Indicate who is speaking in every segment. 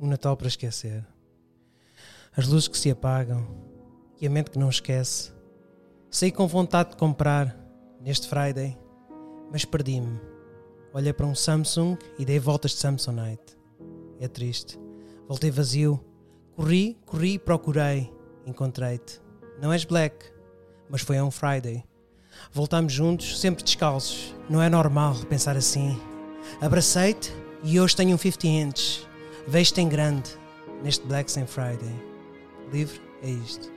Speaker 1: um Natal para esquecer. As luzes que se apagam e a mente que não esquece. Saí com vontade de comprar neste Friday, mas perdi-me. Olhei para um Samsung e dei voltas de Samsonite. É triste. Voltei vazio. Corri, corri, procurei. Encontrei-te. Não és black, mas foi a um Friday. Voltámos juntos, sempre descalços. Não é normal pensar assim. Abracei-te e hoje tenho um 50 inches. Vejo-te em grande, neste Black Saint Friday. Livre é isto.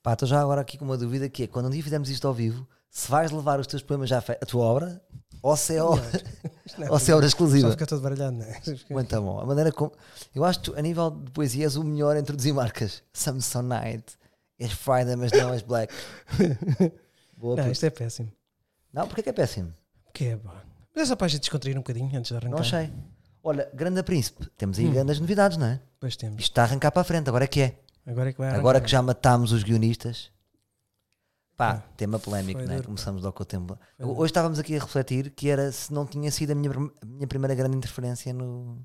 Speaker 2: Pá, estou já agora aqui com uma dúvida que é quando um dia fizermos isto ao vivo, se vais levar os teus poemas já fe- a tua obra ou se é, o-
Speaker 1: Isto não é
Speaker 2: ou se é obra
Speaker 1: Só
Speaker 2: exclusiva.
Speaker 1: fica todo baralhado, não é?
Speaker 2: Muito tá bom. A maneira como. Eu acho que tu, a nível de poesia és o melhor em introduzir marcas. Samsonite, és Friday, mas não és Black. Boa
Speaker 1: Não,
Speaker 2: não,
Speaker 1: isto é péssimo.
Speaker 2: não, porque é que é péssimo?
Speaker 1: Porque é bom. Mas é só para a gente descontrair um bocadinho antes de arrancar.
Speaker 2: Não achei. Olha, Grande Príncipe, temos
Speaker 1: Hum.
Speaker 2: aí grandes novidades, não é?
Speaker 1: Depois temos.
Speaker 2: Isto está a arrancar para a frente, agora é que é.
Speaker 1: Agora é que vai arrancar.
Speaker 2: Agora que já matámos os guionistas. Pá, tema polémico,
Speaker 1: foi
Speaker 2: né?
Speaker 1: duro, pá.
Speaker 2: Começamos logo com o tempo. Hoje estávamos aqui a refletir que era se não tinha sido a minha, prim- a minha primeira grande interferência no.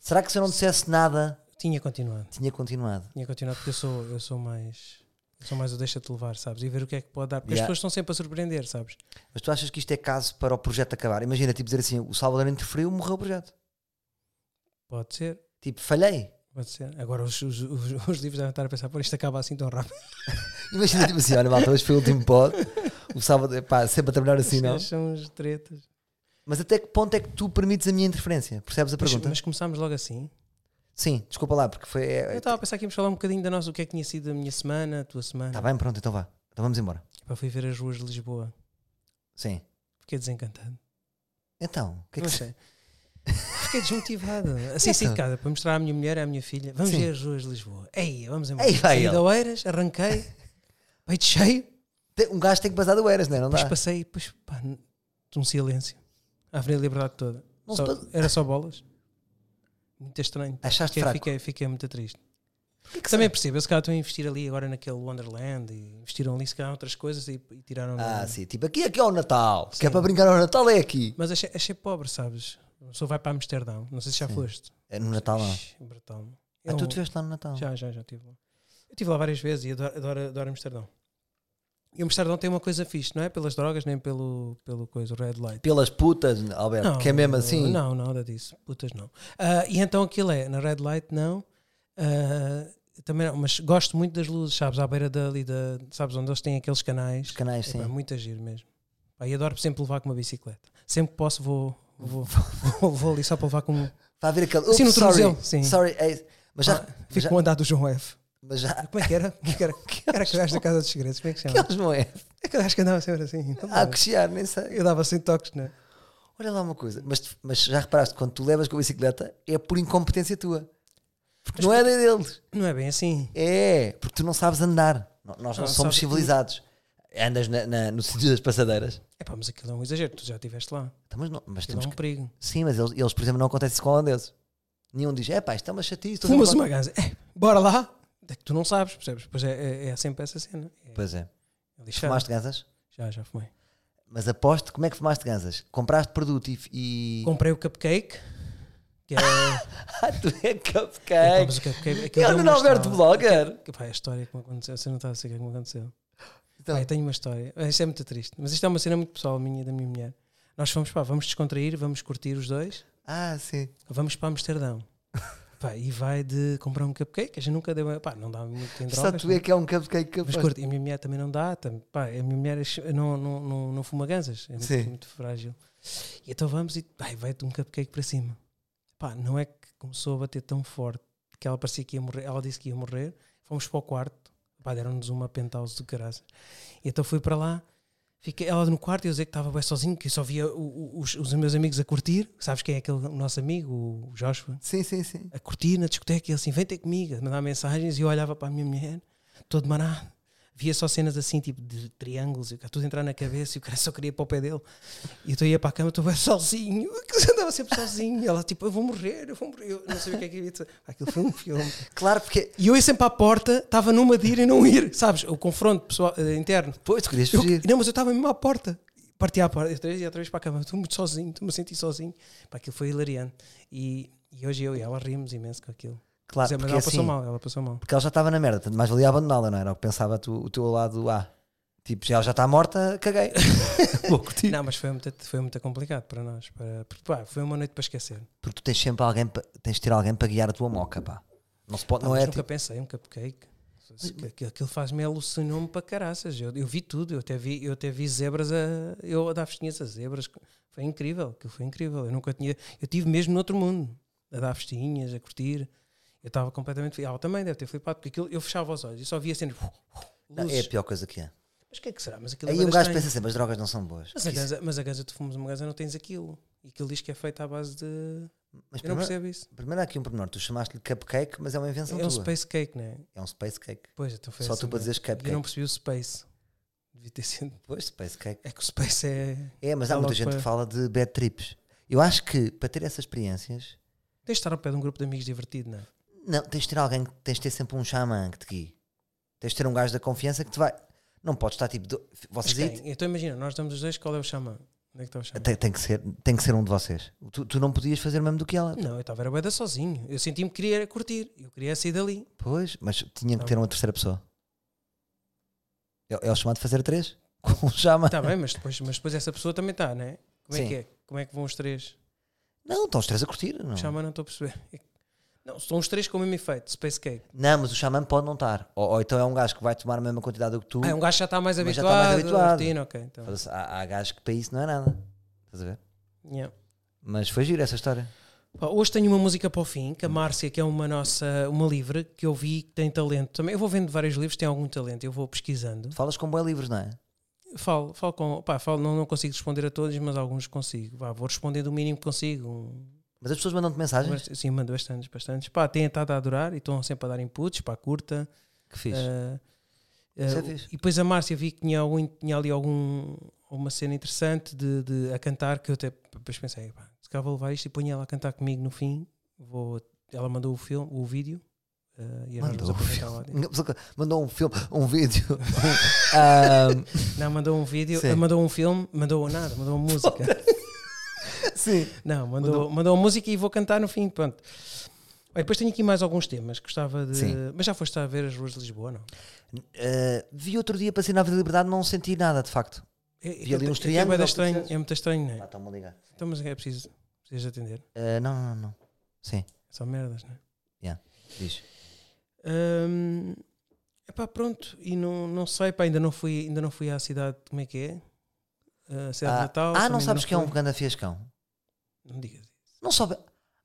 Speaker 2: Será que se eu não dissesse nada,
Speaker 1: Tinha continuado.
Speaker 2: tinha continuado?
Speaker 1: Tinha continuado porque eu sou, eu sou mais. Eu sou mais o deixa-te levar, sabes? E ver o que é que pode dar. Porque as
Speaker 2: Yeah.
Speaker 1: pessoas estão sempre a surpreender, sabes?
Speaker 2: Mas tu achas que isto é caso para o projeto acabar? Imagina, tipo, dizer assim: o Salvador interferiu, morreu o projeto.
Speaker 1: Pode ser.
Speaker 2: Tipo, falhei.
Speaker 1: Pode ser. Agora os, os, os, os livros devem estar a pensar, pô, isto acaba assim tão rápido.
Speaker 2: Imagina, tipo assim: olha, malta, hoje foi o último pod. O Salvador, pá, sempre a trabalhar assim,
Speaker 1: Estes
Speaker 2: não?
Speaker 1: gajos São os tretas.
Speaker 2: Mas até que ponto é que tu permites a minha interferência? Percebes a
Speaker 1: Mas,
Speaker 2: pergunta?
Speaker 1: mas começámos logo assim.
Speaker 2: Sim, desculpa lá, porque foi. é,
Speaker 1: Eu estava a pensar que íamos falar um bocadinho da nossa, o que é que tinha sido a minha semana, a tua semana.
Speaker 2: Está bem, pronto, então vá. Então vamos embora.
Speaker 1: Pá, fui ver as ruas de Lisboa.
Speaker 2: Sim.
Speaker 1: Fiquei desencantado.
Speaker 2: Então, o que é que
Speaker 1: não
Speaker 2: se- Então.
Speaker 1: sei. Fiquei desmotivado. Assim saí de casa para mostrar à minha mulher e à minha filha. Vamos
Speaker 2: Sim.
Speaker 1: ver as ruas de Lisboa. Ei, vamos embora.
Speaker 2: Ei, vai
Speaker 1: saí
Speaker 2: ele.
Speaker 1: da Oeiras, arranquei, peito cheio,
Speaker 2: Tem- um gajo tem que passar do Eras, não é? Não
Speaker 1: depois
Speaker 2: dá.
Speaker 1: passei, depois pá, n- de um silêncio. A Avenida Liberdade toda.
Speaker 2: Não
Speaker 1: Só-
Speaker 2: se passa-
Speaker 1: Era só bolas. Muito estranho.
Speaker 2: Achaste
Speaker 1: Fiquei,
Speaker 2: fraco.
Speaker 1: fiquei, fiquei muito triste.
Speaker 2: é
Speaker 1: Também percebo, eles se calhar estão a investir ali agora naquele Wonderland e investiram ali se calhar outras coisas e, e tiraram.
Speaker 2: Ah,
Speaker 1: da-
Speaker 2: sim. Tipo, aqui, aqui é o Natal. Se
Speaker 1: Sim.
Speaker 2: é para brincar ao Natal, é aqui.
Speaker 1: Mas achei, achei pobre, sabes? A pessoa vai para Amsterdão, não sei se já foste.
Speaker 2: É no Natal, não.
Speaker 1: Ixi, brutal.
Speaker 2: Ah,
Speaker 1: É
Speaker 2: tu
Speaker 1: um-
Speaker 2: estiveste lá no Natal.
Speaker 1: Já, já, já estive lá. Eu estive lá várias vezes e adoro, adoro, adoro Amsterdão. E Amsterdão tem uma coisa fixe, não é pelas drogas nem pelo, pelo coisa, o red light.
Speaker 2: Pelas putas, Alberto, que é mesmo assim.
Speaker 1: Não, nada disso. Putas não. Ah, e então aquilo é, na red light não. Ah, também não, mas gosto muito das luzes, sabes? À beira dali, da, sabes onde eles têm aqueles canais.
Speaker 2: Os canais,
Speaker 1: É
Speaker 2: sim.
Speaker 1: pá, muito agir mesmo. Pá, e adoro sempre levar com uma bicicleta. Sempre que posso vou, vou, vou, vou ali só para levar com um.
Speaker 2: Vai haver aquele.
Speaker 1: Assim no
Speaker 2: "Ups, sorry.
Speaker 1: tornozelo", sim.
Speaker 2: Sorry. é- Mas já.
Speaker 1: Ah,
Speaker 2: mas já,
Speaker 1: fico com o andar do João F.
Speaker 2: mas já.
Speaker 1: Como é que era? Como é que era? Era aquele gajo da Casa dos Segredos, como é que se chama?
Speaker 2: Aqueles não é?
Speaker 1: Aquele gajo que andava sempre assim. Então,
Speaker 2: Ah, cochear, nem sei.
Speaker 1: eu dava assim toques, não é?
Speaker 2: Olha lá uma coisa. Mas, tu- mas já reparaste, quando tu levas com a bicicleta, é por incompetência tua. Porque não é da deles.
Speaker 1: Não é bem assim.
Speaker 2: É, porque tu não sabes andar. No- Nós não,
Speaker 1: Não,
Speaker 2: somos
Speaker 1: sabe-
Speaker 2: civilizados. Andas na- na- no sentido das passadeiras.
Speaker 1: É pá, mas aquilo é um exagero, tu já estiveste lá.
Speaker 2: Então, mas não- mas
Speaker 1: Aquilo
Speaker 2: temos
Speaker 1: é um
Speaker 2: que-
Speaker 1: perigo.
Speaker 2: Sim, mas eles, eles, por exemplo, não acontece isso com holandeses. Nenhum diz, é pá, isto é uma chatice. estou
Speaker 1: Fumas
Speaker 2: sempre
Speaker 1: uma ganza, é, bora lá. É que tu não sabes, percebes? Pois é, é, é sempre essa cena.
Speaker 2: com-"
Speaker 1: É,
Speaker 2: Pois é.
Speaker 1: é lixado.
Speaker 2: Fumaste ganzas?
Speaker 1: Já, já fumei.
Speaker 2: Mas aposto, como é que fumaste ganzas? Compraste produto e... e...
Speaker 1: Comprei o cupcake, que é.
Speaker 2: Ah, tu é
Speaker 1: é um
Speaker 2: cupcake.
Speaker 1: mas o cupcake aquilo
Speaker 2: É o
Speaker 1: deu
Speaker 2: Nuno
Speaker 1: uma
Speaker 2: Alberto
Speaker 1: estrada.
Speaker 2: Blogger.
Speaker 1: Que, pá, é a história como aconteceu, você não está a saber como é aconteceu.
Speaker 2: Então.
Speaker 1: Pá, eu tenho uma história, Ah, isto é muito triste, mas isto é uma cena muito pessoal minha e da minha mulher. Nós fomos, pá, vamos descontrair, vamos curtir os dois,
Speaker 2: Ah, sim.
Speaker 1: vamos para Amsterdão. Pá, e vai de comprar um cupcake, a gente nunca deu, pá, não dá muito em
Speaker 2: Só
Speaker 1: drogas, né?
Speaker 2: tu é que é um cupcake que eu
Speaker 1: mas
Speaker 2: aposto.
Speaker 1: curto, e a minha mulher também não dá, tam- pá, a minha mulher é ch- não, não, não, não fuma ganzas, é muito,
Speaker 2: Sim.
Speaker 1: muito frágil. E então vamos e ai, vai de um cupcake para cima. Pá, não é que começou a bater tão forte que ela parecia que ia morrer, ela disse que ia morrer. Fomos para o quarto, pá, deram-nos uma penthouse de graça. E então fui para lá, fiquei ela no quarto e eu dizer que estava bem sozinho, que eu só via o- o- os, os meus amigos a curtir. Sabes quem é aquele nosso amigo, o Joshua?
Speaker 2: Sim, sim, sim.
Speaker 1: a curtir na discoteca e ele assim, vem ter comigo, a mandar mensagens e eu olhava para a minha mulher, todo manado. Via só cenas assim, tipo de triângulos, e o cara tudo entrar na cabeça e o cara só queria ir para o pé dele. E então eu ia para a cama, estou bem sozinho, eu andava sempre sozinho. E ela tipo, eu vou morrer, eu vou morrer, eu não sabia o que é que eu ia dizer. Aquilo foi um filme.
Speaker 2: Claro, porque...
Speaker 1: E eu ia sempre à porta, estava numa de ir e não ir, sabes? O confronto pessoal, eh, interno.
Speaker 2: Pois, tu querias
Speaker 1: Eu-
Speaker 2: fugir.
Speaker 1: não, mas eu estava mesmo à porta. Pá, parti à porta, outra vez e outra vez para a cama, estou muito sozinho, estou-me a sentir sozinho. Pá, aquilo foi hilariante. E, e hoje eu e ela rimos imenso com aquilo.
Speaker 2: Claro,
Speaker 1: é, Mas
Speaker 2: porque
Speaker 1: ela
Speaker 2: assim,
Speaker 1: passou mal, ela passou mal.
Speaker 2: porque ela já estava na merda, portanto, mais valia abandoná-la, não era? O que pensava tu, o teu lado A. Tipo, já- ela já está morta, caguei. Vou curtir.
Speaker 1: Não, mas foi muito, foi muito complicado para nós. Para, porque, pá, foi uma noite para esquecer.
Speaker 2: Porque tu tens sempre alguém, pa- tens de ter alguém para guiar a tua moca, pá. Não se pode,
Speaker 1: Pá,
Speaker 2: não
Speaker 1: mas
Speaker 2: é?
Speaker 1: nunca
Speaker 2: Tipo,
Speaker 1: pensei, um cupcake. Aquilo- Aquilo faz-me alucinou-me para caraças. Eu, eu vi tudo, eu até vi, eu até vi zebras a. Eu a dar festinhas a zebras. Foi incrível, aquilo foi incrível. Eu nunca tinha. Eu estive mesmo noutro mundo, a dar festinhas, a curtir. Eu estava completamente. Ela também deve ter flipado, porque aquilo, eu fechava os olhos e só via cenas. uh,
Speaker 2: não, é a
Speaker 1: luzes.
Speaker 2: pior coisa que é.
Speaker 1: Mas o que é que será? Mas aquilo é
Speaker 2: Aí um
Speaker 1: bué
Speaker 2: gajo
Speaker 1: estranho.
Speaker 2: pensa sempre, as drogas não são boas.
Speaker 1: Mas é, a,
Speaker 2: Isso-
Speaker 1: gaza, mas a gaza, tu fumas uma gaza, não tens aquilo. E aquilo diz que é feito à base de.
Speaker 2: mas
Speaker 1: Eu não
Speaker 2: primeiro,
Speaker 1: percebo isso.
Speaker 2: primeiro há aqui um pormenor, tu chamaste-lhe cupcake, mas é uma invenção
Speaker 1: É um
Speaker 2: tua.
Speaker 1: space cake, não é?
Speaker 2: É um space cake.
Speaker 1: Pois, então foi
Speaker 2: Só
Speaker 1: essa
Speaker 2: tu para
Speaker 1: merda.
Speaker 2: dizeres
Speaker 1: E Eu não
Speaker 2: cupcake.
Speaker 1: percebi o space. Devia ter sido.
Speaker 2: Pois, space cake.
Speaker 1: É que o space é.
Speaker 2: É, mas há
Speaker 1: Dá
Speaker 2: muita
Speaker 1: logo
Speaker 2: gente
Speaker 1: para-
Speaker 2: que fala de bad trips. Eu acho que para ter essas experiências,
Speaker 1: Tens de estar ao pé de um grupo de amigos divertido, não é?
Speaker 2: não, tens de ter alguém, que- tens de ter sempre um xamã que te guie. Tens de ter um gajo da confiança que te vai. Não podes estar tipo. do-
Speaker 1: Mas
Speaker 2: Vocês aí
Speaker 1: quem? Então imagina, nós damos os dois, qual é o xamã? Onde é que está o xamã?
Speaker 2: Tem, tem que ser, tem que ser um de vocês. Tu, tu não podias fazer o mesmo do que ela.
Speaker 1: Não, eu estava era boeda sozinho. Eu senti-me que queria era curtir. Eu queria sair dali.
Speaker 2: Pois, mas tinha que
Speaker 1: Não.
Speaker 2: ter uma terceira pessoa. É, é o chamado de fazer a três? Com um o chama.
Speaker 1: Está Tá bem, mas depois, mas depois essa pessoa também está, não é? Como é
Speaker 2: Sim.
Speaker 1: que é? Como é que vão os três?
Speaker 2: Não, estão os três a curtir. Não, é.
Speaker 1: O xamã não estou a perceber. É Não, são os três com o mesmo efeito, space cake.
Speaker 2: não mas o xamã pode não estar. Ou, ou então é um gajo que vai tomar a mesma quantidade do que tu.
Speaker 1: Ah, um gajo já está mais
Speaker 2: Mas já
Speaker 1: habituado.
Speaker 2: está mais
Speaker 1: à
Speaker 2: habituado.
Speaker 1: rotina, ok. Então,
Speaker 2: Foda-se, Há, há gajos que para isso não é nada. Estás a ver?
Speaker 1: yeah.
Speaker 2: Mas foi giro essa história.
Speaker 1: Pá, Hoje tenho uma música para o fim, que a Márcia, que é uma nossa, uma livre, que eu vi que tem talento também. Eu vou vendo vários livros, tem algum talento, eu vou pesquisando.
Speaker 2: Tu falas com boi livros, não é?
Speaker 1: Falo, falo com. Pá, falo, não, não consigo responder a todos, mas alguns consigo. Vá, vou responder do mínimo que consigo. Um-
Speaker 2: Mas as pessoas mandam-te mensagens.
Speaker 1: Sim, mando bastantes, bastantes. Pá, têm estado a adorar e estão sempre a dar inputs, pá, curta.
Speaker 2: Que fiz.
Speaker 1: Ah,
Speaker 2: Isso
Speaker 1: ah,
Speaker 2: é fixe.
Speaker 1: e depois a Márcia vi que tinha, algum, tinha ali algum, uma cena interessante de, de- a cantar que eu até depois pensei, pá, se calhar vou levar isto e ponho ela a cantar comigo no fim. Vou, ela mandou o filme, o vídeo. ah, e nós vamos
Speaker 2: Mandou um
Speaker 1: apresentar
Speaker 2: filme.
Speaker 1: lá dentro.
Speaker 2: Uma pessoa que Mandou um filme, um vídeo. Ahm,
Speaker 1: Não, mandou um vídeo,
Speaker 2: Sim.
Speaker 1: ah, mandou um filme, mandou nada, mandou uma música.
Speaker 2: sim.
Speaker 1: Não, mandou, mandou. uma música e vou cantar no fim, pronto. Olha, depois tenho aqui mais alguns temas. Gostava de.
Speaker 2: Sim.
Speaker 1: Mas já foste a ver as ruas de Lisboa, não?
Speaker 2: Uh, vi outro dia para na Vida de Liberdade, não senti nada de facto.
Speaker 1: Vi
Speaker 2: ali uns
Speaker 1: É, bué
Speaker 2: triângulos,
Speaker 1: da
Speaker 2: ou
Speaker 1: estranho,
Speaker 2: pixels.
Speaker 1: é muito estranho, não
Speaker 2: Ah,
Speaker 1: é?
Speaker 2: estão-me a ligar.
Speaker 1: Então, mas é preciso, preciso atender.
Speaker 2: Uh, não, não, não. Sim,
Speaker 1: São merdas, não é?
Speaker 2: diz.
Speaker 1: Hum, epá, pronto, e não, não sei, pá, ainda não, fui, ainda não fui à cidade, como é que é? A cidade
Speaker 2: ah,
Speaker 1: de Natal.
Speaker 2: ah,
Speaker 1: também
Speaker 2: não
Speaker 1: ainda
Speaker 2: sabes que é um
Speaker 1: fui.
Speaker 2: ganda fiascão?
Speaker 1: Não digas.
Speaker 2: Não soube.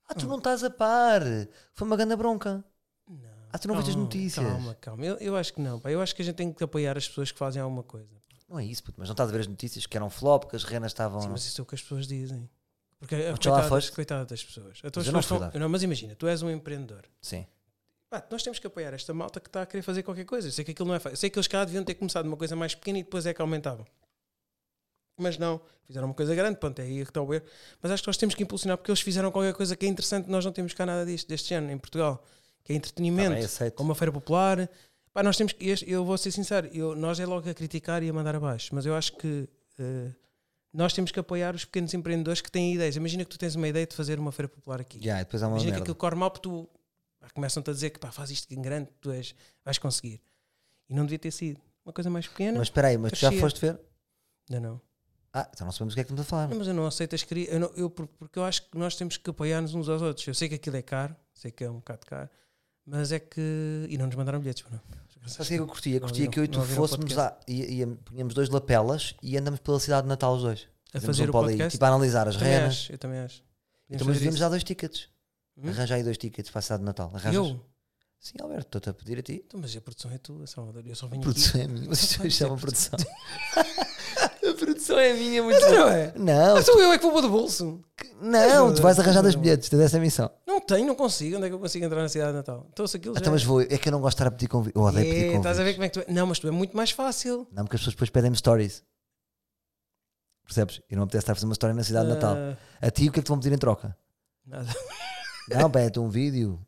Speaker 2: Ah, tu não estás a par. Foi uma ganda bronca.
Speaker 1: Não.
Speaker 2: Ah, tu não viste as
Speaker 1: Calma,
Speaker 2: notícias?
Speaker 1: Calma, calma. Eu, eu acho que não, pá. Eu acho que a gente tem que apoiar as pessoas que fazem alguma coisa.
Speaker 2: Não é isso, puto, mas não estás a ver as notícias que eram flop, que as renas estavam.
Speaker 1: Sim, mas isso é o que as pessoas dizem. Porque a,
Speaker 2: Mas tu lá
Speaker 1: coitada,
Speaker 2: foste?
Speaker 1: coitada das pessoas. Então,
Speaker 2: Mas
Speaker 1: as
Speaker 2: eu não
Speaker 1: pessoas
Speaker 2: fui
Speaker 1: estão-
Speaker 2: lá.
Speaker 1: não, mas imagina, tu és um empreendedor.
Speaker 2: Sim.
Speaker 1: Pá, nós temos que apoiar esta malta que está a querer fazer qualquer coisa. Eu sei que aquilo não é fácil. Eu sei que eles cá deviam ter começado uma coisa mais pequena e depois é que aumentavam. Mas não, fizeram uma coisa grande, pronto, é aí que está o erro. Mas acho que nós temos que impulsionar porque eles fizeram qualquer coisa que é interessante. Nós não temos cá nada disto, deste ano em Portugal, que é
Speaker 2: Tá
Speaker 1: entretenimento,
Speaker 2: bem, aceito.
Speaker 1: como a Feira Popular. Pá, nós temos que, este- eu vou ser sincero, eu- nós é logo a criticar e a mandar abaixo, mas eu acho que eh, nós temos que apoiar os pequenos empreendedores que têm ideias. Imagina que tu tens uma ideia de fazer uma Feira Popular aqui.
Speaker 2: Já, e depois há uma
Speaker 1: Imagina é que
Speaker 2: merda.
Speaker 1: aquilo corre mal, porque tu pá, começam-te a dizer que pá, faz isto em grande, tu és, vais conseguir. E não devia ter sido uma coisa mais pequena.
Speaker 2: Mas espera aí, mas tu já
Speaker 1: Crescia.
Speaker 2: foste ver?
Speaker 1: Não, não.
Speaker 2: Ah, então não sabemos o que é que estamos a falar.
Speaker 1: Não, mas eu não aceito as críticas, eu não- eu, por- porque eu acho que nós temos que apoiar-nos uns aos outros. Eu sei que aquilo é caro, sei que é um bocado caro, mas é que. E não nos mandaram bilhetes, não.
Speaker 2: Sabe o que é que eu curtia?
Speaker 1: Não
Speaker 2: Curtia
Speaker 1: ouviram-
Speaker 2: que eu e
Speaker 1: não
Speaker 2: tu
Speaker 1: ouviram o
Speaker 2: fôssemos lá. E, e punhamos dois lapelas e andamos pela cidade de Natal os dois.
Speaker 1: A
Speaker 2: Fazemos
Speaker 1: fazer
Speaker 2: um
Speaker 1: o
Speaker 2: poli,
Speaker 1: podcast.
Speaker 2: Tipo, a analisar as
Speaker 1: Eu também
Speaker 2: renas.
Speaker 1: acho, eu também acho.
Speaker 2: Então, mas devíamos
Speaker 1: Podemos
Speaker 2: dar
Speaker 1: fazer
Speaker 2: dois tickets.
Speaker 1: Hum?
Speaker 2: Arranja aí dois tickets para a cidade de Natal.
Speaker 1: isso.
Speaker 2: Arranjas?
Speaker 1: Eu?
Speaker 2: Sim, Alberto, estou-te a pedir a ti.
Speaker 1: Então, mas a produção é tua, Salvador. Eu só venho
Speaker 2: produção é minha. Vocês
Speaker 1: Não
Speaker 2: dois chamam
Speaker 1: sei,
Speaker 2: produção. a produção é minha, muito
Speaker 1: aqui. Não é?
Speaker 2: Não,
Speaker 1: Mas sou eu é que vou pôr do bolso.
Speaker 2: que- não, tu vais arranjar dois
Speaker 1: Não.
Speaker 2: bilhetes, tens essa missão.
Speaker 1: Não tenho, não consigo. Onde é que eu consigo entrar na cidade de Natal? Então, se aquilo já
Speaker 2: Então,
Speaker 1: é-
Speaker 2: mas vou, é que eu não gosto de estar a pedir convite. Eu odeio pedir
Speaker 1: É,
Speaker 2: convite.
Speaker 1: estás a ver como é que tu é? Não, mas tu é muito mais fácil.
Speaker 2: Não, porque as pessoas depois pedem-me stories. Percebes? E não me apetece estar a fazer uma história na cidade de Natal.
Speaker 1: Ah,
Speaker 2: A ti, o que é que te vão pedir em troca?
Speaker 1: nada.
Speaker 2: Não, pede um vídeo.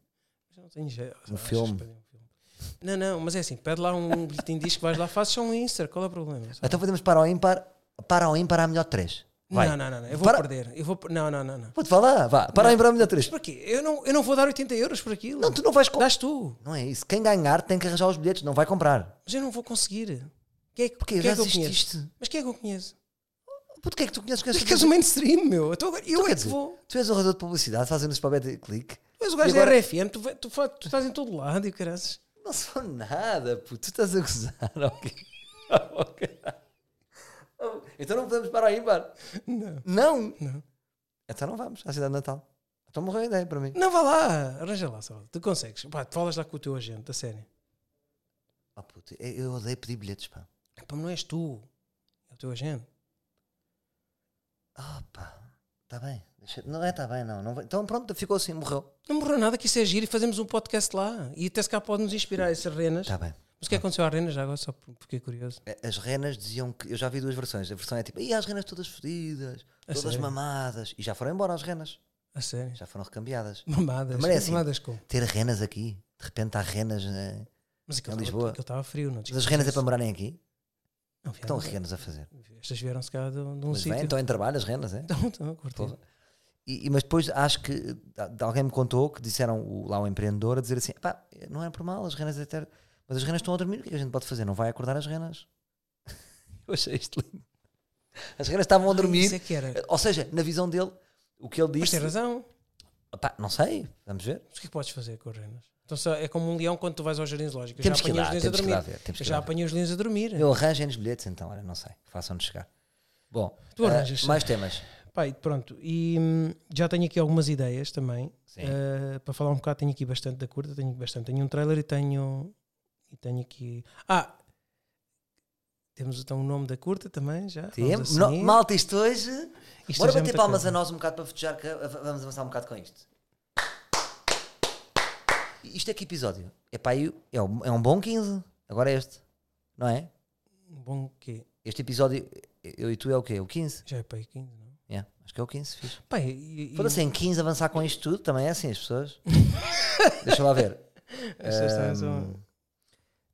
Speaker 1: Já não tenho jeito.
Speaker 2: Um
Speaker 1: Ah,
Speaker 2: filme.
Speaker 1: achas que pedi um filme. Não, não, mas é assim, pede lá um bilhetinho de disco, vais lá, fazes só um Insta, qual é o problema?
Speaker 2: Então fazemos para ao ímpar. Para ao ímpar há melhor três. Vai.
Speaker 1: Não, não, não, não, eu vou
Speaker 2: Para-
Speaker 1: perder. Eu vou... per- Não, não, não, não.
Speaker 2: Puto, vá lá, vá. Para ao ímpar há melhor três.
Speaker 1: Porquê? Eu não, eu não vou dar 80 euros por aquilo.
Speaker 2: Não, tu não vais comprar.
Speaker 1: Dás tu.
Speaker 2: Não é isso. Quem ganhar tem que arranjar os bilhetes, não vai comprar.
Speaker 1: Mas eu não vou conseguir. Quem é que,
Speaker 2: Porquê?
Speaker 1: quem é
Speaker 2: Já
Speaker 1: que eu conheço?
Speaker 2: desististe.
Speaker 1: Mas quem é que eu conheço?
Speaker 2: Puto, quem é que tu conheces?
Speaker 1: Tu
Speaker 2: conheces
Speaker 1: é que és o mainstream, meu. Eu, tô agora- eu
Speaker 2: Quer
Speaker 1: é que
Speaker 2: dizer,
Speaker 1: vou.
Speaker 2: Tu és o orador de publicidade, fazendo os papéis de clique.
Speaker 1: Tu és o
Speaker 2: E
Speaker 1: gajo
Speaker 2: agora-
Speaker 1: da RFM, é tu, vai- tu, fa- tu estás em todo lado e o caras.
Speaker 2: Não sou nada, puto. Tu estás a gozar, ok? Ok. Então não podemos parar aí, bar.
Speaker 1: Não.
Speaker 2: Não.
Speaker 1: Não.
Speaker 2: Então não vamos à cidade de Natal. Então morreu a ideia para mim.
Speaker 1: Não, vá lá, arranja lá, só. Tu consegues. Pá, tu falas lá com o teu agente, a sério.
Speaker 2: Ah, puto, eu- eu odeio pedir bilhetes, pá.
Speaker 1: Pá, mas não és tu. É o teu agente.
Speaker 2: Ah, pá. Está bem. Deixa- Não é está bem, não. não vai- Então pronto, ficou assim, morreu.
Speaker 1: Não morreu nada que isso é giro e fazemos um podcast lá. E até se cá pode nos inspirar essas renas.
Speaker 2: Está bem.
Speaker 1: Mas o que aconteceu à renas já agora, só por- porque é curioso.
Speaker 2: A- As renas diziam que. Eu já vi duas versões. A versão é tipo, e as renas todas fodidas,
Speaker 1: A
Speaker 2: todas
Speaker 1: sério?
Speaker 2: mamadas. E já foram embora as renas.
Speaker 1: A sério.
Speaker 2: Já foram recambiadas.
Speaker 1: Mamadas.
Speaker 2: Mas é assim.
Speaker 1: Mamadas com.
Speaker 2: Ter renas aqui, de repente há renas. né?
Speaker 1: Mas é
Speaker 2: Em
Speaker 1: aquilo
Speaker 2: Lisboa.
Speaker 1: estava frio, não te
Speaker 2: Mas as
Speaker 1: esqueças.
Speaker 2: renas é para morarem aqui?
Speaker 1: Não,
Speaker 2: O que estão as
Speaker 1: vieram-
Speaker 2: renas a fazer?
Speaker 1: Estas vieram se calhar de um de um
Speaker 2: Mas então. bem,
Speaker 1: sítio.
Speaker 2: estão em trabalho as renas, é?
Speaker 1: Então, então, curti.
Speaker 2: Porra. E, e- mas depois acho que eh, a- alguém me contou que disseram o- lá o empreendedor a dizer assim: pá, não é por mal, as renas até. Mas as renas estão a dormir, o que é que a gente pode fazer? Não vai acordar as renas. Eu achei isto lindo. As renas estavam a
Speaker 1: Isso
Speaker 2: dormir, eh,
Speaker 1: é que era.
Speaker 2: ou seja, na visão dele, o que ele
Speaker 1: Mas
Speaker 2: disse.
Speaker 1: tem razão.
Speaker 2: Pá, não sei, vamos ver.
Speaker 1: Mas o que é que podes fazer com as renas? Então, só- é como um leão quando tu vais aos jardins lógicos.
Speaker 2: Temos
Speaker 1: já
Speaker 2: que ir
Speaker 1: apanhei
Speaker 2: lá,
Speaker 1: os leões a
Speaker 2: temos que ir lá
Speaker 1: dormir.
Speaker 2: ver. Temos que
Speaker 1: Eu
Speaker 2: ir
Speaker 1: já
Speaker 2: lá ver.
Speaker 1: apanhei os leões a dormir.
Speaker 2: Eu arranjem-nos bilhetes então, olha, não sei, façam-nos chegar. Bom,
Speaker 1: Tu
Speaker 2: eh,
Speaker 1: arranjas.
Speaker 2: mais temas.
Speaker 1: Pai, pronto. E hum, já tenho aqui algumas ideias também.
Speaker 2: Sim.
Speaker 1: Eh, para falar um bocado, tenho aqui bastante da curta. Tenho bastante. Tenho um trailer e tenho. E tenho aqui. Ah! Temos então o nome da curta também, já. Vamos assim.
Speaker 2: Temos.
Speaker 1: assumir.
Speaker 2: No- malta, isto hoje.
Speaker 1: Isto
Speaker 2: Bora
Speaker 1: hoje é
Speaker 2: bater
Speaker 1: muita
Speaker 2: palmas
Speaker 1: coisa.
Speaker 2: a nós um bocado para festejar que ah, vamos avançar um bocado com isto. Isto é que episódio? Epá, eu- é, um, é um bom 15. Agora é este. Não é?
Speaker 1: Bom quê?
Speaker 2: Este episódio, eu e tu, é o quê? O 15?
Speaker 1: Já é para aí 15, não?
Speaker 2: Yeah, acho que é o 15, fixe.
Speaker 1: Pai, e, e-
Speaker 2: Foda-se, em 15 avançar com isto tudo, também é assim as pessoas. Deixa lá ver.
Speaker 1: as um, pessoas também são-
Speaker 2: Ahm,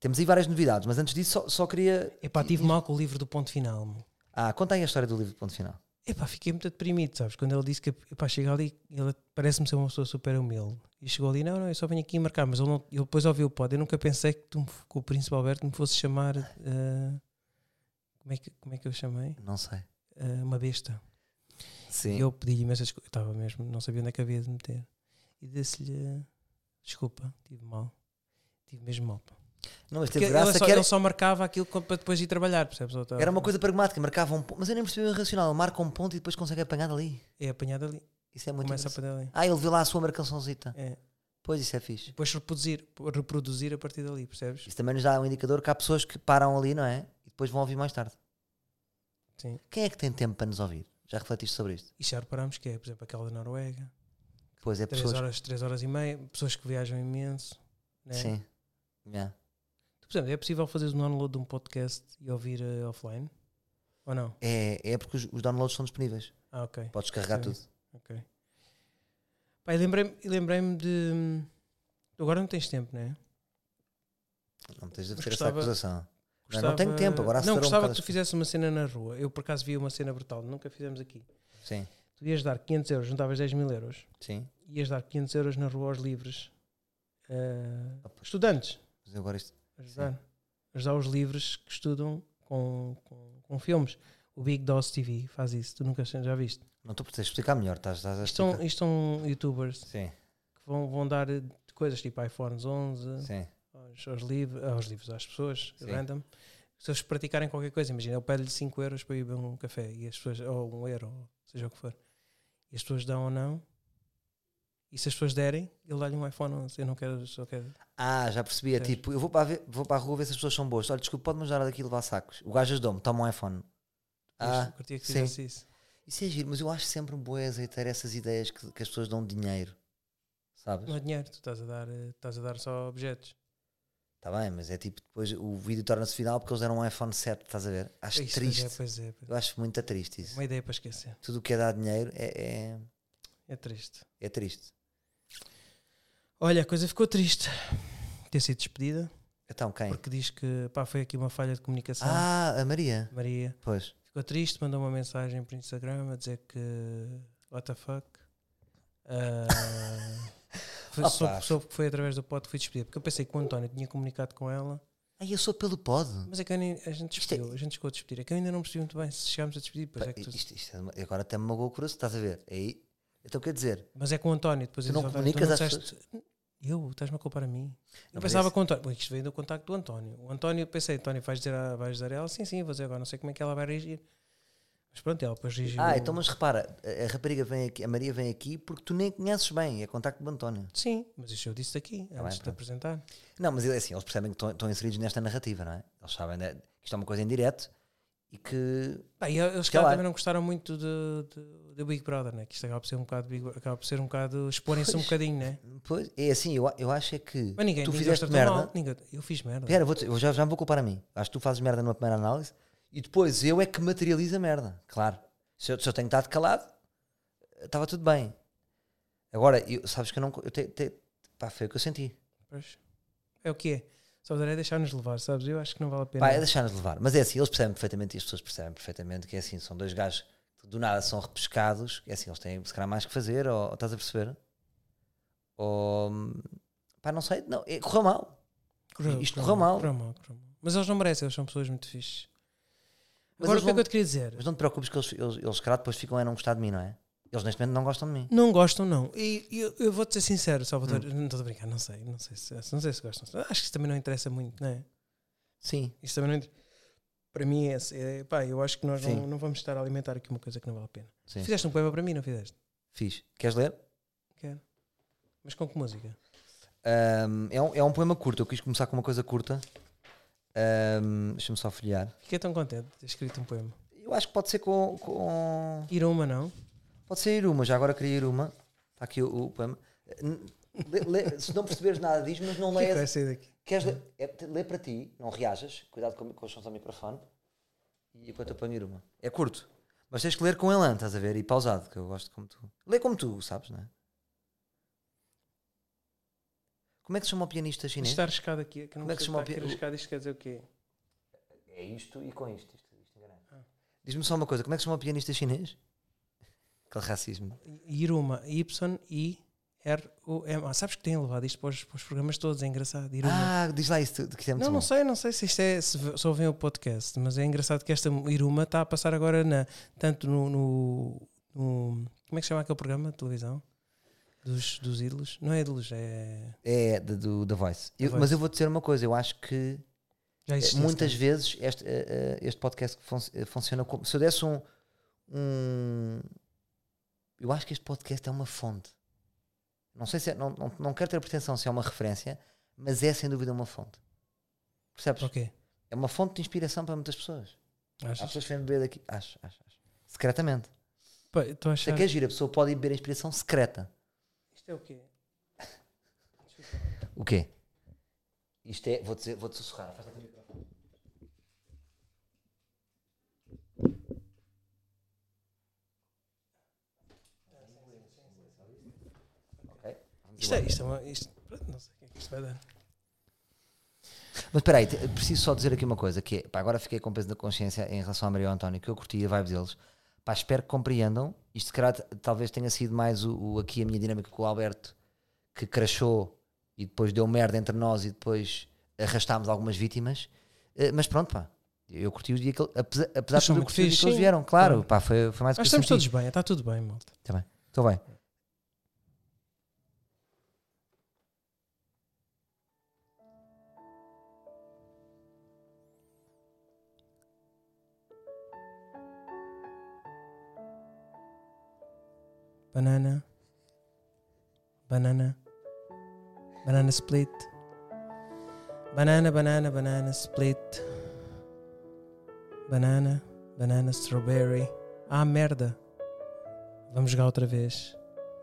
Speaker 2: temos aí várias novidades, mas antes disso só, só queria.
Speaker 1: Epá, tive mal com o livro do ponto final. meu.
Speaker 2: Ah, conta aí a história do livro de ponto final.
Speaker 1: Epá, fiquei muito deprimido, sabes? Quando ele disse que epá, chega ali, ele parece-me ser uma pessoa super humilde. E chegou ali, não, não, eu só venho aqui marcar, mas ele, não- ele depois ouviu o pod. Eu nunca pensei que, tu, me f- que o Príncipe Alberto me fosse chamar. eh, como, é que, como é que eu chamei?
Speaker 2: Não sei.
Speaker 1: Eh, uma besta.
Speaker 2: Sim.
Speaker 1: E eu pedi-lhe imensas coisas. Estava mesmo, não sabia onde é que havia de meter. E disse-lhe: desculpa, tive mal. Tive mesmo mal. pá."
Speaker 2: Não, mas
Speaker 1: Porque
Speaker 2: teve
Speaker 1: ele,
Speaker 2: graça
Speaker 1: só,
Speaker 2: que era,
Speaker 1: ele só marcava aquilo co- para depois ir trabalhar, percebes? Ele estava-
Speaker 2: Era uma coisa pragmática, marcava um ponto, mas eu nem percebi o racional. Marca um ponto e depois consegue apanhar dali.
Speaker 1: É apanhado ali.
Speaker 2: Isso é muito
Speaker 1: Começa a
Speaker 2: engraçado.
Speaker 1: apanhar ali.
Speaker 2: Ah, ele viu lá a sua marcaçãozita.
Speaker 1: É.
Speaker 2: Pois isso é fixe.
Speaker 1: Depois reproduzir, reproduzir a partir dali, percebes?
Speaker 2: Isso também nos dá um indicador que há pessoas que param ali, não é? E depois vão ouvir mais tarde.
Speaker 1: Sim.
Speaker 2: Quem é que tem tempo para nos ouvir? Já refletiste sobre isto?
Speaker 1: E já reparámos que é, por exemplo, aquela da Noruega,
Speaker 2: Pois é,
Speaker 1: 3
Speaker 2: pessoas.
Speaker 1: horas, três horas e meia, pessoas que viajam imenso. Né?
Speaker 2: Sim. Yeah.
Speaker 1: Por exemplo, é possível fazeres um download de um podcast e ouvir eh, offline? Ou não?
Speaker 2: É, é porque os, os downloads são disponíveis.
Speaker 1: Ah, ok.
Speaker 2: Podes carregar
Speaker 1: Sim.
Speaker 2: tudo.
Speaker 1: Pai, lembrei-me lembrei de. hum, tu Agora não tens tempo, né?
Speaker 2: Não tens de
Speaker 1: Mas
Speaker 2: ter essa
Speaker 1: gostava-
Speaker 2: acusação. Não, não tenho tempo, agora
Speaker 1: Não,
Speaker 2: acelerou um
Speaker 1: gostava
Speaker 2: bocado
Speaker 1: que tu
Speaker 2: as-
Speaker 1: fizesse uma cena na rua. Eu por acaso vi uma cena brutal, nunca fizemos aqui.
Speaker 2: Sim,
Speaker 1: Tu ias dar 500 euros, juntavas 10 mil euros.
Speaker 2: sim.
Speaker 1: ias dar 500 euros na rua aos livres eh,
Speaker 2: Opa.
Speaker 1: estudantes
Speaker 2: Mas agora isto.
Speaker 1: ajudar, ajudar os livres que estudam com, com, com filmes o Big Dose TV faz isso tu nunca já viste
Speaker 2: Não estou a poder explicar melhor. Estás, estás a
Speaker 1: isto são,
Speaker 2: explicar.
Speaker 1: isto são youtubers
Speaker 2: Sim,
Speaker 1: que vão, vão dar eh, coisas tipo iPhones 11
Speaker 2: sim.
Speaker 1: aos, aos, liv- aos livros às pessoas
Speaker 2: Sim.
Speaker 1: random se eles praticarem qualquer coisa imagina eu pego-lhe 5 euros para ir beber um café e as pessoas ou um euro ou seja o que for e as pessoas dão ou não e se as pessoas derem ele dá-lhe um iPhone 11 eu não quero só quero
Speaker 2: Ah, já percebi. É
Speaker 1: Percebes?
Speaker 2: tipo, eu vou para, a ve- vou para a rua ver se as pessoas são boas. Olha, desculpa, pode-me ajudar daqui a levar sacos. O gajo ajudou-me, toma um iPhone.
Speaker 1: Ah,
Speaker 2: Ah,
Speaker 1: curtia que
Speaker 2: sim.
Speaker 1: fizesse isso.
Speaker 2: isso é giro, mas eu acho sempre um boé azeiteiro essas ideias que, que as pessoas dão dinheiro. Sabes?
Speaker 1: Não é dinheiro, tu estás a dar, eh, estás a dar só objetos.
Speaker 2: Está bem, mas é tipo, depois o vídeo torna-se final porque eles deram um iPhone 7, estás a ver? Acho
Speaker 1: Isso, pois
Speaker 2: triste.
Speaker 1: É, pois é, pois é.
Speaker 2: Eu acho muito triste isso.
Speaker 1: Uma ideia para esquecer.
Speaker 2: Tudo o que é dar dinheiro é, é,
Speaker 1: É triste.
Speaker 2: é triste.
Speaker 1: Olha, a coisa ficou triste. Ter sido despedida,
Speaker 2: Então, quem?
Speaker 1: porque diz que pá, foi aqui uma falha de comunicação.
Speaker 2: Ah, a Maria.
Speaker 1: Maria
Speaker 2: Pois.
Speaker 1: ficou Ficou triste, mandou uma mensagem por Instagram a dizer que. What the fuck? Ah, foi-
Speaker 2: Opa.
Speaker 1: soube, soube que foi através do pod que fui despedida, porque eu pensei que o António tinha comunicado com ela,
Speaker 2: Aí eu sou pelo pod.
Speaker 1: mas é que eu nem- a gente
Speaker 2: Isto é-
Speaker 1: despediu, a gente chegou a despedir. É que eu ainda não percebi muito bem se chegámos a despedir, depois
Speaker 2: Pá,
Speaker 1: é que tu-
Speaker 2: isto- isto é uma- agora até me magoou o coração, estás a ver? Aí, então quer dizer,
Speaker 1: Mas é com o António, depois
Speaker 2: Tu
Speaker 1: eu
Speaker 2: não
Speaker 1: disse, "António, tu
Speaker 2: comunicas às
Speaker 1: Eu, estás-me a culpar a mim. Eu
Speaker 2: Não, mas
Speaker 1: pensava
Speaker 2: esse-
Speaker 1: com o António. Bom, Isto veio do contacto do António. O António, eu pensei, António, vais dizer, a, vais dizer a ela? Sim, sim, vou dizer agora, não sei como é que ela vai reagir. Mas pronto, ela depois reagiu.
Speaker 2: ah, então mas repara, a, a rapariga vem aqui, a Maria vem aqui porque tu nem conheces bem, é contacto do António.
Speaker 1: Sim, mas isso eu disse aqui,
Speaker 2: Tá bem,
Speaker 1: antes de te
Speaker 2: pronto.
Speaker 1: apresentar.
Speaker 2: Não, mas é assim, eles percebem que estão- estão inseridos nesta narrativa, não é? Eles sabem né, que isto é uma coisa em direto e que
Speaker 1: Pá, e eh, eles
Speaker 2: Calhar.
Speaker 1: calhar, também não gostaram muito do, do, do Big Brother, né? que isto acaba por ser um bocado, Big- acaba por ser um bocado exporem-se um
Speaker 2: Pois.
Speaker 1: bocadinho, né?
Speaker 2: Pois, é assim, eu, a- eu acho é que
Speaker 1: Mas ninguém,
Speaker 2: tu
Speaker 1: ninguém
Speaker 2: fizeste
Speaker 1: os tratou
Speaker 2: merda.
Speaker 1: mal. Ninguém- eu fiz merda.
Speaker 2: Pera, vou-te- eu já, já me vou culpar a mim. Acho que tu fazes merda numa primeira análise e depois eu é que materializo a merda, claro. Se eu, se eu tenho estado calado, estava tudo bem. Agora, eu- sabes que eu não. co- Eu te, te- pá, foi o que eu senti.
Speaker 1: Pois. É o que é. Só é deixar-nos levar, sabes? Eu acho que não vale a pena.
Speaker 2: Pá, é deixar-nos levar. Mas é assim, eles percebem perfeitamente e as pessoas percebem perfeitamente que é assim, são dois gajos que do nada são repescados, é assim, eles têm se calhar mais que fazer, ou, ou estás a perceber? Ou. pá, não sei, não, é, correu mal. Isto correu mal.
Speaker 1: correu mal, correu mal. Mas eles não merecem, eles são pessoas muito fixes.
Speaker 2: Mas
Speaker 1: Agora
Speaker 2: eles
Speaker 1: o que é que
Speaker 2: vão-
Speaker 1: eu te queria dizer?
Speaker 2: Mas não te preocupes que eles, eles, eles calhar, depois ficam a não gostar de mim, não é? Eles neste momento não gostam de mim.
Speaker 1: Não gostam, não. E e eu, eu vou-te ser sincero, Salvador,
Speaker 2: Hum.
Speaker 1: não estou a brincar, não sei, não sei, se, não sei se gostam. Acho que isso também não interessa muito, não é?
Speaker 2: Sim.
Speaker 1: Isso também não inter- Para mim é, esse- é pá, eu acho que nós não,
Speaker 2: Sim.
Speaker 1: não vamos estar a alimentar aqui uma coisa que não vale a pena.
Speaker 2: Sim.
Speaker 1: Fizeste um poema para mim, não fizeste?
Speaker 2: Fiz. Queres ler?
Speaker 1: Quero. Mas com que música?
Speaker 2: Ahm, é, um, é um poema curto. Eu quis começar com uma coisa curta. Ahm, Deixa-me só folhear.
Speaker 1: Fiquei tão contente de ter escrito um poema.
Speaker 2: Eu acho que pode ser com. com-
Speaker 1: Ir a uma, não?
Speaker 2: Pode ser Iruma. Já agora queria Iruma. Está aqui o, o poema. Eh, N- lê- lê- se não perceberes nada diz, mas não
Speaker 1: O que é que vai
Speaker 2: leias.
Speaker 1: sair daqui?
Speaker 2: Queres ler? É, te- lê para ti, não reajas. Cuidado com, com os sons do microfone. E enquanto eu ponho Iruma. É curto. Mas tens que ler com elan, estás a ver? E pausado, que eu gosto como tu. Lê como tu, sabes, não é? Como é que se chama o pianista
Speaker 1: Isto
Speaker 2: chinês?
Speaker 1: está arriscado aqui. Que eu não
Speaker 2: Como é que se chama o
Speaker 1: percebo
Speaker 2: pi-
Speaker 1: estar aqui arriscado, isto quer dizer o quê?
Speaker 2: É isto e com isto. isto, isto engana.
Speaker 1: Ah.
Speaker 2: Diz-me só uma coisa: como é que se chama o pianista chinês? Aquele racismo.
Speaker 1: Iruma, Y-I-R-U-M-A. Ah, Sabes que têm levado isto para os, para os programas todos, é engraçado. Iruma.
Speaker 2: Ah, diz lá isso tudo, que é muito
Speaker 1: não,
Speaker 2: bom.
Speaker 1: não sei, não sei se isto é, se, v- se ouvem o podcast, mas é engraçado que esta Iruma está a passar agora na, tanto no, no- no- Como é que se chama aquele programa de televisão? Dos, dos ídolos? Não é ídolos, é.
Speaker 2: É da, do, da Voice. Eu-
Speaker 1: Voice.
Speaker 2: Mas eu vou dizer uma coisa: eu acho que
Speaker 1: Já
Speaker 2: eh,
Speaker 1: existe
Speaker 2: muitas vezes este, eh, eh, este podcast fun- eh, funciona como. Se eu desse um, um- Eu acho que este podcast é uma fonte. Não sei se é, não, não, não quero ter a pretensão se é uma referência, mas é sem dúvida uma fonte. Percebes?
Speaker 1: Ok.
Speaker 2: É uma fonte de inspiração para muitas pessoas. Há
Speaker 1: Achas?
Speaker 2: pessoas que vêm beber daqui. Acho, acho, acho. Secretamente.
Speaker 1: Pá, eu Estou a
Speaker 2: Isso é
Speaker 1: achar.
Speaker 2: que é giro, a pessoa pode ir beber a inspiração secreta.
Speaker 1: Isto é o quê?
Speaker 2: O quê? Isto é. Vou dizer, vou te sussurrar. afasta-te do microfone. Ok, vamos
Speaker 1: Isto é,
Speaker 2: embora.
Speaker 1: isto é uma. Isto, pronto, não sei o que é que isto vai dar.
Speaker 2: Mas espera aí, te- preciso só dizer aqui uma coisa: que é, pá, agora fiquei com peso na consciência em relação a Maria e ao António, que eu curti a vibe deles. Pá, espero que compreendam. Isto, se calhar, t- talvez tenha sido mais o, o- aqui a minha dinâmica com o Alberto, que crashou e depois deu merda entre nós e depois arrastámos algumas vítimas. Eh, mas pronto, pá, eu curti o dia que ele, apesar, apesar
Speaker 1: Mas são
Speaker 2: de tudo, eu
Speaker 1: muito
Speaker 2: curti o dia
Speaker 1: fixe,
Speaker 2: que eles
Speaker 1: sim.
Speaker 2: vieram, claro.
Speaker 1: Claro.
Speaker 2: Pá, foi, foi mais o
Speaker 1: Nós
Speaker 2: que
Speaker 1: estamos
Speaker 2: eu
Speaker 1: todos bem, está tudo bem, malta.
Speaker 2: Estou bem.
Speaker 1: banana, banana, banana split, banana, banana, banana split, banana, banana strawberry. Ah, merda! Vamos jogar outra vez.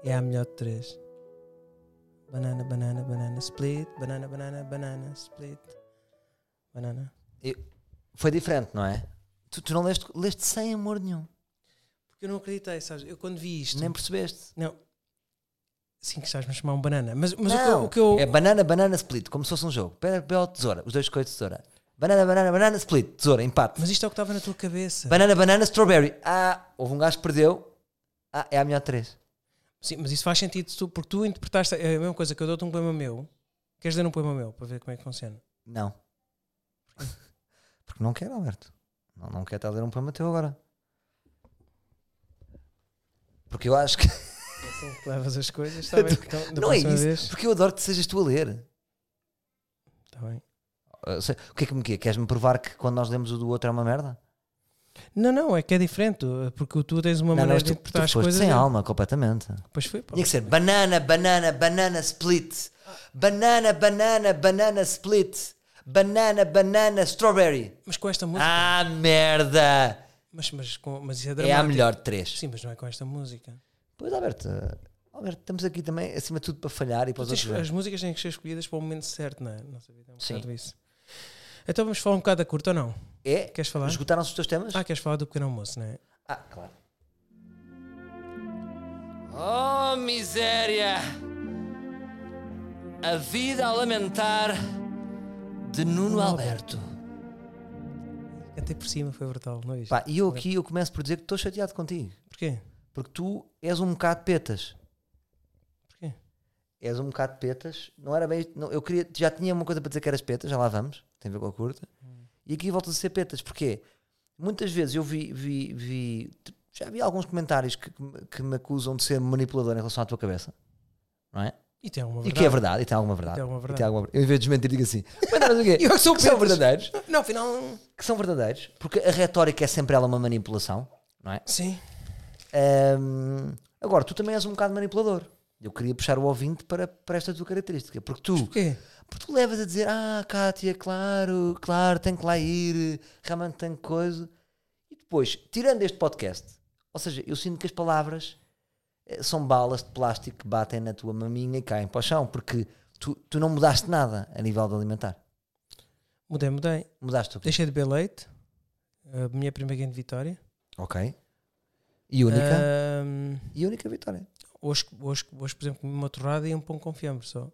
Speaker 1: É a melhor de três. Banana, banana, banana split, banana, banana, banana split, banana.
Speaker 2: Foi diferente, não é? Tu, tu não leste, leste sem amor nenhum,
Speaker 1: Porque eu não acreditei, sabes? Eu quando vi isto.
Speaker 2: nem percebeste.
Speaker 1: Não. Sim, que estás-me a chamar um banana. Mas, mas o que eu-
Speaker 2: Não,
Speaker 1: o que eu.
Speaker 2: É banana, banana split, como se fosse um jogo. Pedra, papel, tesoura. Os dois coisas de tesoura. Banana, banana, banana, split, tesoura, empate.
Speaker 1: Mas isto é o que estava na tua cabeça.
Speaker 2: Banana, banana, strawberry. Ah, houve um gajo que perdeu. Ah, é a melhor de três.
Speaker 1: Sim, mas isso faz sentido tu- porque tu interpretaste é a mesma coisa que eu dou-te um poema meu. Queres ler um poema meu para ver como é que funciona?
Speaker 2: Não. Porque não quero, Alberto. Não, não quero estar a ler um poema teu agora. Porque eu acho
Speaker 1: É
Speaker 2: que.
Speaker 1: assim
Speaker 2: Então,
Speaker 1: que levas as coisas, está bem? Então, da
Speaker 2: não é
Speaker 1: próxima
Speaker 2: isso.
Speaker 1: vez.
Speaker 2: Porque eu adoro que sejas tu a ler.
Speaker 1: Está bem.
Speaker 2: Ah, sei- O que é que me quer? Queres-me provar que quando nós lemos o do outro é uma merda?
Speaker 1: Não, não, é que é diferente, porque tu tens uma
Speaker 2: não,
Speaker 1: maneira
Speaker 2: mas
Speaker 1: de
Speaker 2: tu, tu
Speaker 1: interpretar as
Speaker 2: foste
Speaker 1: coisas. é.
Speaker 2: sem
Speaker 1: eu-
Speaker 2: alma completamente.
Speaker 1: Pois foi, pá.
Speaker 2: Tinha que ser banana, banana, banana split. Banana, banana, banana split. Banana, banana, strawberry.
Speaker 1: Mas com esta música.
Speaker 2: Ah, merda!
Speaker 1: Mas, mas, com, mas isso é
Speaker 2: Ah. É a
Speaker 1: dramático.
Speaker 2: melhor de três.
Speaker 1: Sim, mas não é com esta música.
Speaker 2: Pois, Alberto, eh, Alberto, estamos aqui também, acima de tudo, para falhar e para os
Speaker 1: Tens-
Speaker 2: outros.
Speaker 1: as
Speaker 2: verem.
Speaker 1: músicas têm que ser escolhidas para o momento certo, não é? Nossa vida é um
Speaker 2: Sim.
Speaker 1: bocado isso. Então vamos falar um bocado da curta ou não?
Speaker 2: É?
Speaker 1: Queres falar?
Speaker 2: Esgotaram-se os teus temas?
Speaker 1: Ah, queres falar do pequeno almoço, não é?
Speaker 2: Ah, claro. Oh, miséria! A vida a lamentar de Nuno Alberto.
Speaker 1: Até por cima foi brutal, não é isto?
Speaker 2: Pá, e eu aqui eu começo por dizer que estou chateado contigo.
Speaker 1: Porquê?
Speaker 2: Porque tu és um bocado petas.
Speaker 1: Porquê?
Speaker 2: És um bocado petas. Não era bem. Não, eu queria, já tinha uma coisa para dizer que eras petas, já lá vamos. Tem a ver com a curta. E aqui voltas a ser petas. Porquê? Muitas vezes eu vi. vi, vi- já vi alguns comentários que, que me- que me acusam de ser manipulador em relação à tua cabeça. Não é?
Speaker 1: E tem alguma
Speaker 2: E
Speaker 1: verdade.
Speaker 2: que é verdade. E tem alguma verdade.
Speaker 1: tem alguma
Speaker 2: E
Speaker 1: verdade.
Speaker 2: tem alguma- Eu, em vez de desmentir, digo assim. Mas não, mas o quê?
Speaker 1: Eu é que sou
Speaker 2: que são
Speaker 1: petas.
Speaker 2: verdadeiros.
Speaker 1: Não, afinal.
Speaker 2: Que são verdadeiros. Porque a retórica é sempre ela uma manipulação. Não é?
Speaker 1: Sim.
Speaker 2: Ahm, agora, tu também és um bocado manipulador. Eu queria puxar o ouvinte para, para esta tua característica, porque tu,
Speaker 1: Porquê?
Speaker 2: porque tu levas a dizer: Ah, Kátia, claro, claro, tenho que lá ir, realmente tenho coisa. E depois, tirando este podcast, ou seja, eu sinto que as palavras eh, são balas de plástico que batem na tua maminha e caem para o chão, porque tu, tu não mudaste nada a nível de alimentar.
Speaker 1: Mudei, mudei.
Speaker 2: Mudaste o quê?
Speaker 1: Deixei de beber leite. A minha primeira grande vitória.
Speaker 2: Ok. E
Speaker 1: Ah.
Speaker 2: única,
Speaker 1: Ahm,
Speaker 2: e única vitória.
Speaker 1: hoje, hoje, hoje, por exemplo, comi uma torrada e um pão com fiambre só.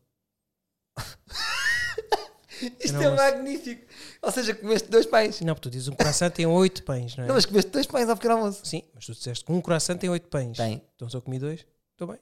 Speaker 2: Isto
Speaker 1: não
Speaker 2: é
Speaker 1: ouço.
Speaker 2: magnífico. Ou seja, comeste dois pães.
Speaker 1: Não, porque tu dizes um croissant tem oito pães, não é?
Speaker 2: Não, mas comeste dois pães ao pequeno almoço.
Speaker 1: Sim, mas tu disseste que um croissant tem oito pães.
Speaker 2: Tem.
Speaker 1: Então só comi dois. Estou bem.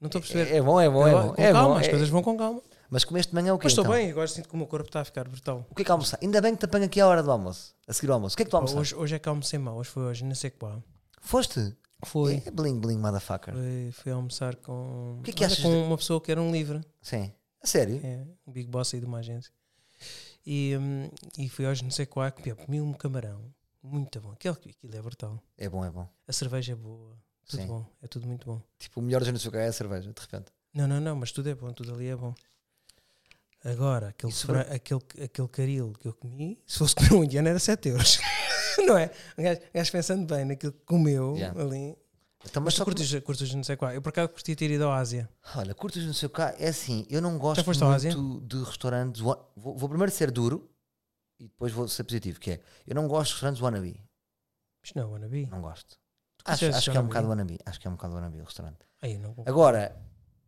Speaker 1: Não estou a perceber.
Speaker 2: É, é bom, é bom, é
Speaker 1: Agora,
Speaker 2: bom.
Speaker 1: com
Speaker 2: É
Speaker 1: calma,
Speaker 2: bom
Speaker 1: as
Speaker 2: é-
Speaker 1: coisas vão com calma.
Speaker 2: Mas comeste de manhã o quê?
Speaker 1: Mas estou
Speaker 2: então?
Speaker 1: bem, agora sinto que o meu corpo está a ficar brutal.
Speaker 2: O que é que almoçaste? Ainda bem que te apanho aqui à hora do almoço. A seguir ao almoço. O que é que tu
Speaker 1: Pá,
Speaker 2: almoçaste?
Speaker 1: Hoje, hoje é que almocei mal, hoje foi hoje, não sei qual.
Speaker 2: Foste?
Speaker 1: Foi.
Speaker 2: É bling bling, motherfucker.
Speaker 1: Foi, foi almoçar com,
Speaker 2: O que é que
Speaker 1: Olha,
Speaker 2: achas
Speaker 1: com
Speaker 2: de-
Speaker 1: uma pessoa que era um livro,
Speaker 2: Sim. A sério?
Speaker 1: é, um big boss aí de uma agência. E, hum, e fui hoje não sei qual, comi, comi um camarão, muito bom, aquilo, aquilo é brutal.
Speaker 2: É bom, é bom.
Speaker 1: A cerveja é boa, tudo
Speaker 2: Sim.
Speaker 1: bom, é tudo muito bom.
Speaker 2: Tipo, o melhor dos anos do que é a cerveja, de repente.
Speaker 1: Não, não, não, mas tudo é bom, tudo ali é bom. Agora, aquele,
Speaker 2: E sobre-
Speaker 1: fra- aquele, aquele caril que eu comi, se fosse comer um indiano era 7 euros. não é? Um gajo, um gajo pensando bem naquilo que comeu
Speaker 2: Yeah.
Speaker 1: ali.
Speaker 2: Então,
Speaker 1: Mas
Speaker 2: mas
Speaker 1: tu
Speaker 2: só
Speaker 1: curtes, curtes não sei qual. Eu por acaso curti ter ido à Ásia.
Speaker 2: que- Olha, curtas no seu cá. É assim, eu não gosto
Speaker 1: foste ao Ásia?
Speaker 2: muito de restaurantes. wa- Vou, vou primeiro ser duro e depois vou ser positivo, que é. Eu não gosto de restaurantes wannabe.
Speaker 1: Isto não é wannabe.
Speaker 2: Não gosto. Acho,
Speaker 1: conheces
Speaker 2: acho que é um
Speaker 1: wannabe?
Speaker 2: bocado wannabe. Acho que é um bocado wannabe o restaurante.
Speaker 1: Ai, eu não vou.
Speaker 2: Agora,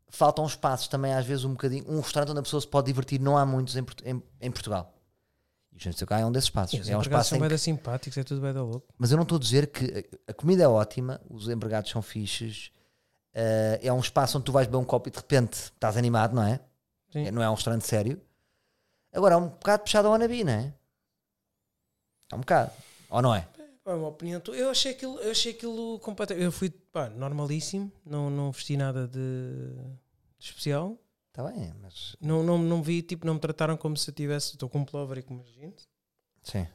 Speaker 2: faltam espaços também, às vezes, um bocadinho. Um restaurante onde a pessoa se pode divertir, não há muitos em, Portu- em, em Portugal. E o Gente é um desses espaços.
Speaker 1: Os
Speaker 2: É um
Speaker 1: empregados
Speaker 2: espaço
Speaker 1: são
Speaker 2: em
Speaker 1: bem
Speaker 2: que-
Speaker 1: da simpáticos, é tudo bem da louco.
Speaker 2: Mas eu não estou a dizer que a a comida é ótima, os empregados são fixes. eh, é um espaço onde tu vais beber um copo e de repente estás animado, não é?
Speaker 1: Sim.
Speaker 2: É- Não é um restaurante sério. Agora, é um bocado puxado ao Anabi, não é? É um bocado. Ou não é?
Speaker 1: Pá, uma opinião tua. Eu achei aquilo, eu achei aquilo completamente. Eu fui pá, normalíssimo, não, não vesti nada de, de especial.
Speaker 2: Está bem, mas.
Speaker 1: Não, não, não vi, tipo, não me trataram como se eu tivesse. Estou com um plover e com uma gente.
Speaker 2: Sim.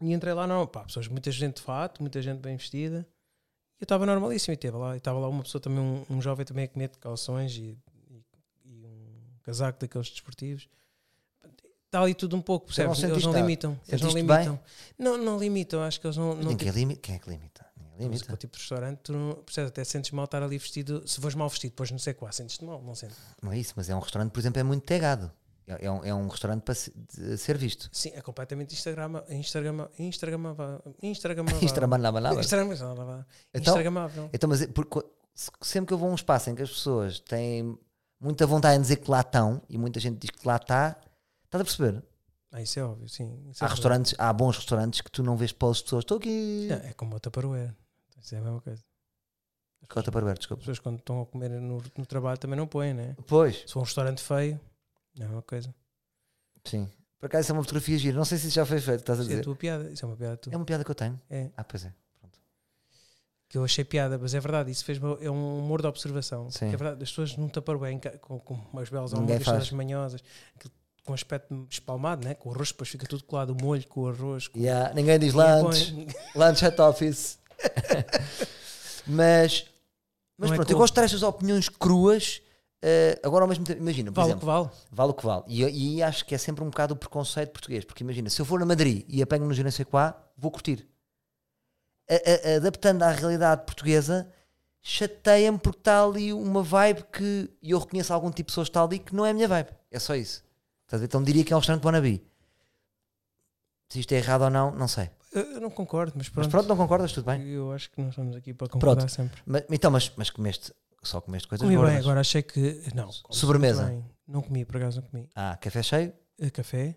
Speaker 1: E entrei lá, não, pá, pessoas, muita gente de fato, muita gente bem vestida. E eu estava normalíssimo e teve lá, e estava lá uma pessoa também, um, um jovem também a comer de calções e, e- e um casaco daqueles desportivos. Está ali tudo um pouco,
Speaker 2: Então não
Speaker 1: percebes? Eles
Speaker 2: sentiste
Speaker 1: não
Speaker 2: nada.
Speaker 1: limitam. Eles não
Speaker 2: Sentiste bem?
Speaker 1: limitam. Não, não limitam, acho que eles não. tipo, não
Speaker 2: Ninguém limita. Quem é que limita? Ninguém
Speaker 1: mas
Speaker 2: limita.
Speaker 1: com o tipo de restaurante, tu não, percebes? Até sentes mal estar ali vestido. Se fores mal vestido, depois não sei qual, sentes-te mal, não sentes?
Speaker 2: Não é isso, mas é um restaurante, por exemplo, é muito tegado. É, é um, é um restaurante para se- de ser visto.
Speaker 1: Sim, é completamente Instagram, Instagram, Instagram, Instagram,
Speaker 2: Instagram nada, nada.
Speaker 1: Instagram,
Speaker 2: Então-
Speaker 1: Instagramável.
Speaker 2: Então, mas é- porque se- sempre que eu vou a um espaço em que as pessoas têm muita vontade em dizer que lá estão e muita gente diz que lá está, estás a perceber?
Speaker 1: Ah, isso é óbvio, sim. Isso
Speaker 2: Há
Speaker 1: é verdade.
Speaker 2: restaurantes, há bons restaurantes que tu não vês pelas pessoas. Estou aqui.
Speaker 1: Não, é como o Tupperware. Isso é a mesma coisa.
Speaker 2: Cota para ver,
Speaker 1: As
Speaker 2: desculpa.
Speaker 1: pessoas quando estão a comer no, no trabalho também não põem, né?
Speaker 2: Pois,
Speaker 1: Se for um restaurante feio, não é uma coisa.
Speaker 2: sim. Por acaso isso é uma fotografia gira. Não sei se isso já foi feito, estás a
Speaker 1: Isso é a
Speaker 2: dizer.
Speaker 1: tua piada. Isso é uma piada
Speaker 2: É
Speaker 1: tua.
Speaker 2: uma piada que eu tenho.
Speaker 1: É.
Speaker 2: Ah, pois é.
Speaker 1: Que eu achei piada, mas é verdade. Isso fez é um humor de observação.
Speaker 2: Sim.
Speaker 1: Que É verdade. As pessoas num Tupperware em ca- com, com umas belas
Speaker 2: Ninguém
Speaker 1: almoças,
Speaker 2: faz.
Speaker 1: todas manhosas, que- com um aspecto espalmado, né? Com o arroz, depois fica tudo colado. O molho com o arroz. Com...
Speaker 2: Yeah, ninguém diz
Speaker 1: Ninguém
Speaker 2: lunch.
Speaker 1: põe-
Speaker 2: Lunch at office. mas mas
Speaker 1: Não é
Speaker 2: pronto, eu
Speaker 1: como.
Speaker 2: gosto de ter estas opiniões cruas. eh, agora ao mesmo tempo, imagina, por
Speaker 1: Vale o que
Speaker 2: exemplo,
Speaker 1: vale.
Speaker 2: vale o que vale. E, eu- e acho que é sempre um bocado o preconceito português, porque imagina, se eu for a Madrid e apanho no sei Quá, vou curtir. A- a- adaptando à realidade portuguesa, chateia-me porque está ali uma vibe que e eu reconheço algum tipo de pessoas que está ali que não é a minha vibe. É só isso. Estás a ver? Então diria que é um restaurante Bonabi. Se isto é errado ou não, não sei.
Speaker 1: Eu, eu não concordo, mas
Speaker 2: Mas
Speaker 1: pronto.
Speaker 2: pronto, não concordas? Tudo bem.
Speaker 1: Eu acho que não estamos aqui para concordar
Speaker 2: Pronto.
Speaker 1: sempre.
Speaker 2: Mas, então, mas, mas comeste, só comeste coisas
Speaker 1: Comi bem,
Speaker 2: gordas.
Speaker 1: agora achei que. Não. comi
Speaker 2: Sobremesa.
Speaker 1: muito bem. Não comi, por acaso não comi.
Speaker 2: Ah, café cheio?
Speaker 1: eh, café,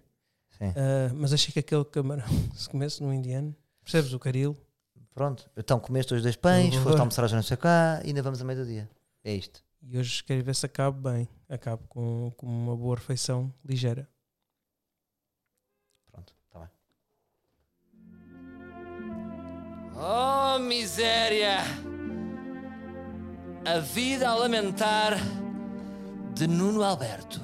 Speaker 2: Sim.
Speaker 1: Ah, mas achei que aquele camarão, se comesse no indiano, percebes o caril? Pronto.
Speaker 2: Então comeste os dois pães,
Speaker 1: Não vou
Speaker 2: foste
Speaker 1: ver.
Speaker 2: almoçar já não sei cá e ainda vamos a meio-dia. É isto.
Speaker 1: E hoje quero ver se acabo bem. Acabo com, com uma boa refeição ligeira.
Speaker 2: Pronto, está bem.
Speaker 3: Oh, miséria! A vida a lamentar de Nuno Alberto.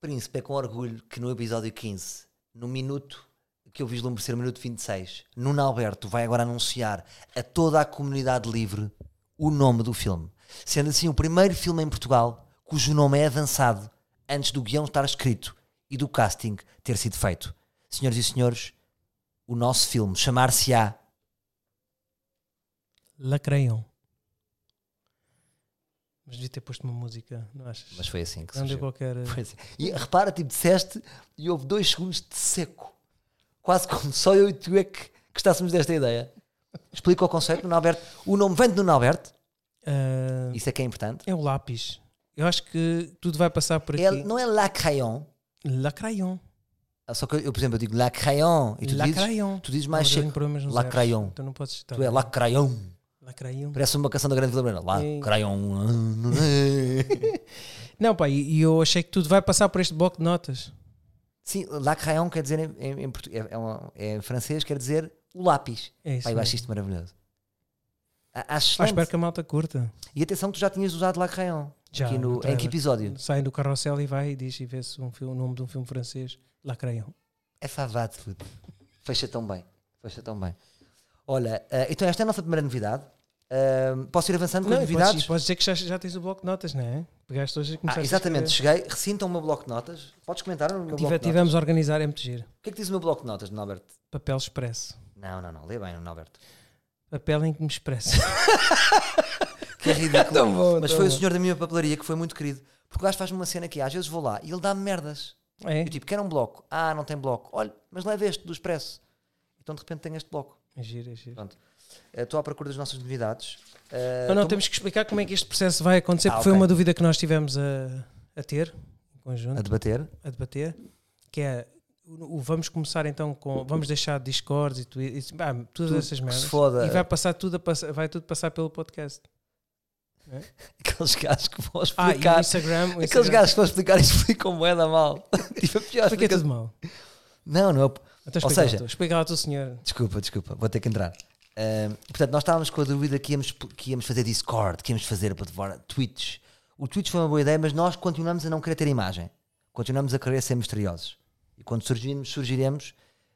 Speaker 2: Príncipe, é com orgulho que no episódio 15, no minuto que eu vislumbro ser o minuto 26, Nuno Alberto vai agora anunciar a toda a comunidade livre o nome do filme. Sendo assim o primeiro filme em Portugal cujo nome é avançado antes do guião estar escrito e do casting ter sido feito. Senhoras e senhores, o nosso filme chamar-se-á
Speaker 1: Lacraião. Mas devia ter posto uma música, não achas?
Speaker 2: Mas foi assim que
Speaker 1: não deu
Speaker 2: surgiu.
Speaker 1: qualquer. eh,
Speaker 2: Foi assim. E repara, tipo, disseste e houve dois segundos de seco. Quase como só eu e tu é que gostássemos desta ideia. Explica o conceito, Nuno Alberto. O nome vem de Nuno Alberto,
Speaker 1: Ah,
Speaker 2: isso é que é importante.
Speaker 1: é o lápis. Eu acho que tudo vai passar por aqui.
Speaker 2: É, não é Lacrayon,
Speaker 1: Lacraião.
Speaker 2: só que eu, por exemplo, eu digo Lacrayon e tu dizes,
Speaker 1: Lacraião.
Speaker 2: tu dizes
Speaker 1: Não,
Speaker 2: mais
Speaker 1: mas eu tenho
Speaker 2: seco.
Speaker 1: problemas nos
Speaker 2: Lacraião.
Speaker 1: erros. Então não podes estar.
Speaker 2: Tu é Lacrayon.
Speaker 1: Lacraião.
Speaker 2: Parece uma canção da Grande Vila Brana.
Speaker 1: Sim.
Speaker 2: Lacrayon.
Speaker 1: Não, pá, e e eu achei que tudo vai passar por este bloco de notas.
Speaker 2: Sim, Lacrayon quer dizer em, em, em portu- é, é uma- é em francês, quer dizer o lápis.
Speaker 1: É isso.
Speaker 2: Pai, eu
Speaker 1: mesmo.
Speaker 2: acho isto maravilhoso. A- Acho
Speaker 1: Ah,
Speaker 2: excelente.
Speaker 1: espero que a malta curta.
Speaker 2: E atenção que tu já tinhas usado Lacrayon.
Speaker 1: Já,
Speaker 2: Aqui no,
Speaker 1: no
Speaker 2: em
Speaker 1: trailer.
Speaker 2: que episódio?
Speaker 1: Saem do carrossel e vai e diz e vê-se um filme, o nome de um filme francês. Lá creiam.
Speaker 2: É favado. puto. Fecha tão bem. Fecha tão bem. Olha, eh, então esta é a nossa primeira novidade. Ahm, posso ir avançando com
Speaker 1: Não,
Speaker 2: as
Speaker 1: e
Speaker 2: novidades?
Speaker 1: podes, podes dizer que já, já tens o bloco de notas, não é? Pegaste hoje e
Speaker 2: Ah,
Speaker 1: começaste a
Speaker 2: exatamente,
Speaker 1: escrever.
Speaker 2: cheguei. Recinta o meu bloco de notas. Podes comentar no meu
Speaker 1: Tive,
Speaker 2: bloco de notas?
Speaker 1: tivemos a organizar, é muito giro.
Speaker 2: O que é que diz o meu bloco de notas, Norbert?
Speaker 1: Papel expresso.
Speaker 2: Não, não, não. Lê bem, Norbert.
Speaker 1: Papel em que me expresso.
Speaker 2: Que é ridículo.
Speaker 1: bom,
Speaker 2: Mas
Speaker 1: tão
Speaker 2: foi o
Speaker 1: bom.
Speaker 2: senhor da minha papelaria que foi muito querido. Porque o gajo faz-me uma cena aqui. Às vezes vou lá e ele dá-me merdas.
Speaker 1: é?
Speaker 2: Eu tipo, quero um bloco. Ah, não tem bloco. Olha, mas leva este do expresso. Então de repente tenho este bloco.
Speaker 1: É giro, é giro.
Speaker 2: Pronto. Eh, Estou à procura das nossas novidades. Eh,
Speaker 1: não, não,
Speaker 2: tô-
Speaker 1: temos que explicar como é que este processo vai acontecer,
Speaker 2: Ah,
Speaker 1: porque foi
Speaker 2: ok.
Speaker 1: uma dúvida que nós tivemos a, a ter, em conjunto.
Speaker 2: a debater.
Speaker 1: a debater, que é o, o- vamos começar então com vamos deixar discords e, twi- e pá, todas essas
Speaker 2: que se
Speaker 1: merdas
Speaker 2: foda.
Speaker 1: e vai passar tudo a passa- vai tudo passar pelo podcast.
Speaker 2: Aqueles gajos que
Speaker 1: Ah, é
Speaker 2: vão
Speaker 1: e o
Speaker 2: explicar.
Speaker 1: Instagram, o
Speaker 2: aqueles
Speaker 1: Instagram
Speaker 2: gajos que vão explicar e explicam moeda mal. tipo, a pior
Speaker 1: Explica
Speaker 2: explica...
Speaker 1: é tudo mal.
Speaker 2: Não, não. é-
Speaker 1: Então
Speaker 2: Ou
Speaker 1: explica lá
Speaker 2: seja-
Speaker 1: tu, explica lá tu, senhor.
Speaker 2: Desculpa, desculpa. Vou ter que entrar. Eh, portanto, nós estávamos com a dúvida que íamos, que íamos fazer Discord, que íamos fazer plataforma Twitch. O Twitch foi uma boa ideia, mas nós continuamos a não querer ter imagem. Continuamos a querer ser misteriosos. E quando surgirmos, surgiremos,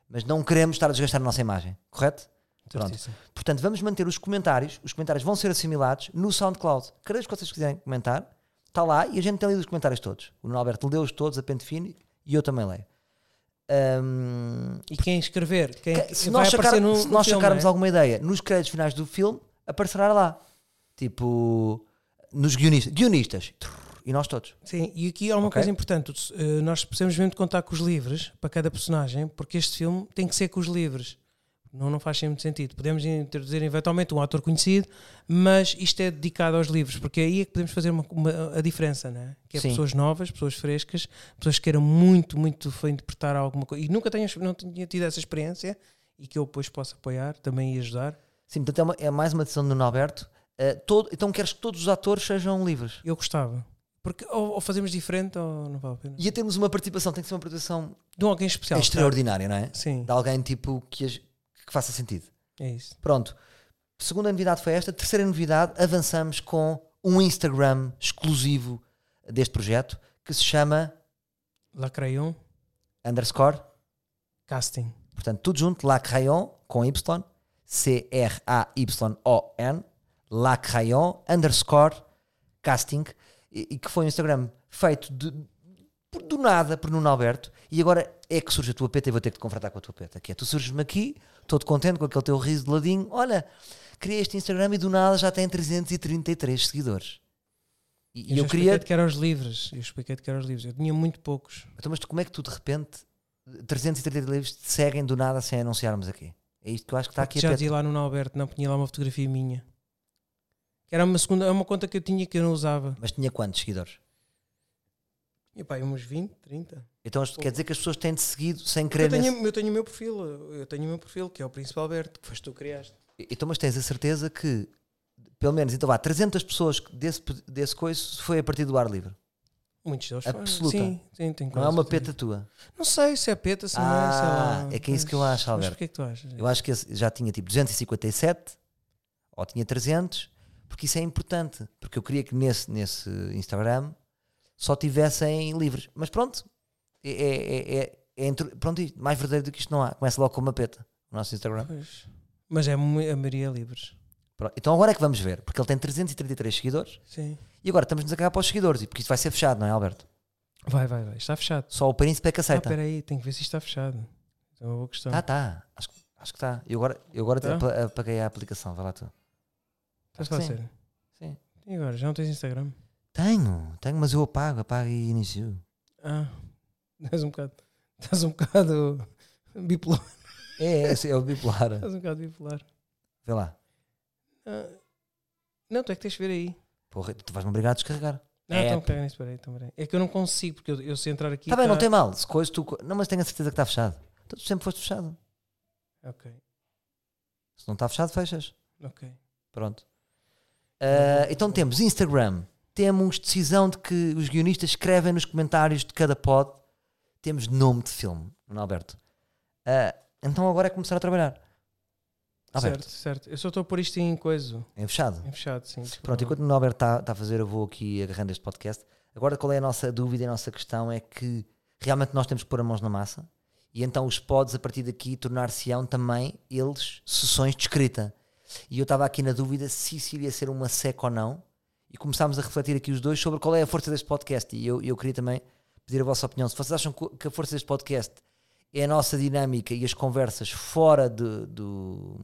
Speaker 2: mas não queremos estar a desgastar a nossa imagem. Correto? Pronto.
Speaker 1: Certíssimo.
Speaker 2: Portanto, vamos manter os comentários. Os comentários vão ser assimilados no SoundCloud. Cada vez que vocês quiserem comentar, está lá e a gente tem lido os comentários todos. O Nuno Alberto leu-os todos a pente fino e eu também leio. Ahm,
Speaker 1: E quem escrever, quem
Speaker 2: que- se
Speaker 1: É vai
Speaker 2: nós, sacar-
Speaker 1: aparecer no,
Speaker 2: se
Speaker 1: no
Speaker 2: nós
Speaker 1: filme,
Speaker 2: sacarmos
Speaker 1: não é?
Speaker 2: alguma ideia nos créditos finais do filme, aparecerá lá. Tipo, nos guionistas. Guionistas. Trrr, E nós todos.
Speaker 1: Sim, e aqui há uma
Speaker 2: Ok.
Speaker 1: coisa importante, tu- eh, nós precisamos mesmo de contar com os livros para cada personagem, porque este filme tem que ser com os livros. Não, não faz muito sentido. Podemos introduzir eventualmente um autor conhecido, mas isto é dedicado aos livros, porque aí é que podemos fazer uma, uma- a diferença, não é? Que é
Speaker 2: Sim.
Speaker 1: pessoas novas, pessoas frescas, pessoas que queiram muito, muito foi interpretar alguma coisa e nunca tenham, não tinha tido essa experiência e que eu depois possa apoiar também e ajudar.
Speaker 2: Sim, portanto é, uma- é mais uma decisão do Nuno Alberto. Eh, todo- então queres que todos os atores sejam livres.
Speaker 1: Eu gostava. Porque ou, ou fazemos diferente ou não vale a pena.
Speaker 2: E a termos uma participação, tem que ser uma participação
Speaker 1: De um alguém especial.
Speaker 2: extraordinária, não é?
Speaker 1: sabe? Sim,
Speaker 2: De alguém tipo que, as- que faça sentido.
Speaker 1: é isso.
Speaker 2: Pronto. Segunda novidade foi esta. Terceira novidade, avançamos com um Instagram exclusivo deste projeto que se chama
Speaker 1: Lacrayon
Speaker 2: underscore,
Speaker 1: Casting.
Speaker 2: portanto, tudo junto, Lacrayon com Y, C-R-A-Y-O-N, Lacrayon underscore casting, e, e que foi um Instagram feito de, por- do nada por Nuno Alberto. E agora é que surge a tua peta e vou ter que te confrontar com a tua peta. Que é, tu surges-me aqui, todo contente com aquele teu riso de ladinho. Olha, criei este Instagram e do nada já tem 333 seguidores. E, e eu queria.
Speaker 1: expliquei-te que eram os livros. Eu expliquei-te que eram os livros. Eu tinha muito poucos.
Speaker 2: Então, mas tu- como é que tu de repente 333 livros te seguem do nada sem anunciarmos aqui? É isto que eu acho que está aqui a
Speaker 1: já
Speaker 2: peta.
Speaker 1: dizia lá no Alberto, não tinha lá uma fotografia minha. Que era uma segunda, é uma conta que eu tinha que eu não usava.
Speaker 2: Mas tinha quantos seguidores?
Speaker 1: E pá, uns 20, 30.
Speaker 2: Então isto quer dizer que as pessoas têm-te seguido sem
Speaker 1: Eu
Speaker 2: querer.
Speaker 1: tenho,
Speaker 2: Nesse...
Speaker 1: eu tenho o meu perfil, eu tenho o meu perfil, que é o Príncipe Alberto, que foste tu que criaste.
Speaker 2: Então, mas tens a certeza que, pelo menos, então vá, 300 pessoas que desse, desse coisa foi a partir do ar livre.
Speaker 1: Muitos deles
Speaker 2: Absoluta.
Speaker 1: Sim, sim, tenho
Speaker 2: Não é
Speaker 1: quase
Speaker 2: uma
Speaker 1: certeza.
Speaker 2: peta tua.
Speaker 1: Não sei se é peta, se não é, sei
Speaker 2: Ah,
Speaker 1: lá.
Speaker 2: é que é isso que eu
Speaker 1: Mas-
Speaker 2: acho,
Speaker 1: Mas
Speaker 2: Alberto.
Speaker 1: porquê que tu achas?
Speaker 2: Eu acho que esse já tinha tipo 257 ou tinha 300, porque isso é importante. Porque eu queria que nesse, nesse Instagram só tivessem livres. Mas pronto, é, é, é- é- é intro- pronto, isto- mais verdadeiro do que isto não há. Começa logo com uma peta o nosso Instagram.
Speaker 1: Pois. Mas é mu- a maioria livres.
Speaker 2: Pronto, Então agora é que vamos ver, porque ele tem 333 seguidores
Speaker 1: Sim.
Speaker 2: e agora estamos-nos a cagar para os seguidores, e porque isto vai ser fechado, não é, Alberto?
Speaker 1: Vai, vai, vai. Está fechado.
Speaker 2: Só o príncipe é que
Speaker 1: Ah,
Speaker 2: aceita.
Speaker 1: espera aí, tenho que ver se isto está fechado. É uma boa questão.
Speaker 2: tá, tá. Acho, que- acho que está. Eu agora, eu agora
Speaker 1: Tá?
Speaker 2: apa- apaguei a aplicação, vai lá tu.
Speaker 1: Estás
Speaker 2: acho que
Speaker 1: a
Speaker 2: sim.
Speaker 1: sério?
Speaker 2: Sim.
Speaker 1: E agora? Já não tens Instagram?
Speaker 2: Tenho, tenho, mas eu apago, apago e inicio.
Speaker 1: Ah, estás um bocado. Estás um bocado bipolar.
Speaker 2: É, é, é o bipolar.
Speaker 1: Estás um bocado bipolar.
Speaker 2: Vê lá.
Speaker 1: Ah, não, tu é que tens de ver aí.
Speaker 2: Porra, tu vais-me obrigar a descarregar.
Speaker 1: Não,
Speaker 2: É,
Speaker 1: então
Speaker 2: pá.
Speaker 1: peraí, espera aí, então, peraí. É que eu não consigo, porque eu, eu se entrar aqui.
Speaker 2: Está bem,
Speaker 1: tá-
Speaker 2: não tem mal. Se coisa, tu... co- Não, mas tenho a certeza que está fechado. Então, tu sempre foste fechado.
Speaker 1: Ok,
Speaker 2: Se não está fechado, fechas.
Speaker 1: ok.
Speaker 2: Pronto. Ah, então temos Instagram. Temos decisão de que os guionistas escrevem nos comentários de cada pod. Temos nome de filme, Nuno Alberto. Ah, então agora é começar a trabalhar. Alberto,
Speaker 1: Certo, certo. Eu só estou a pôr isto em coisa.
Speaker 2: é fechado.
Speaker 1: Em fechado, sim. desculpa.
Speaker 2: Pronto, enquanto o Norberto está a fazer, eu vou aqui agarrando este podcast. Agora, qual é a nossa dúvida, a nossa questão é que realmente nós temos que pôr a mãos na massa e então os pods, a partir daqui, tornar-se-ão também eles sessões de escrita. E eu estava aqui na dúvida se isso iria ser uma seca ou não e começámos a refletir aqui os dois sobre qual é a força deste podcast. E eu, eu queria também pedir a vossa opinião. Se vocês acham co- que a força deste podcast é a nossa dinâmica e as conversas fora de- do,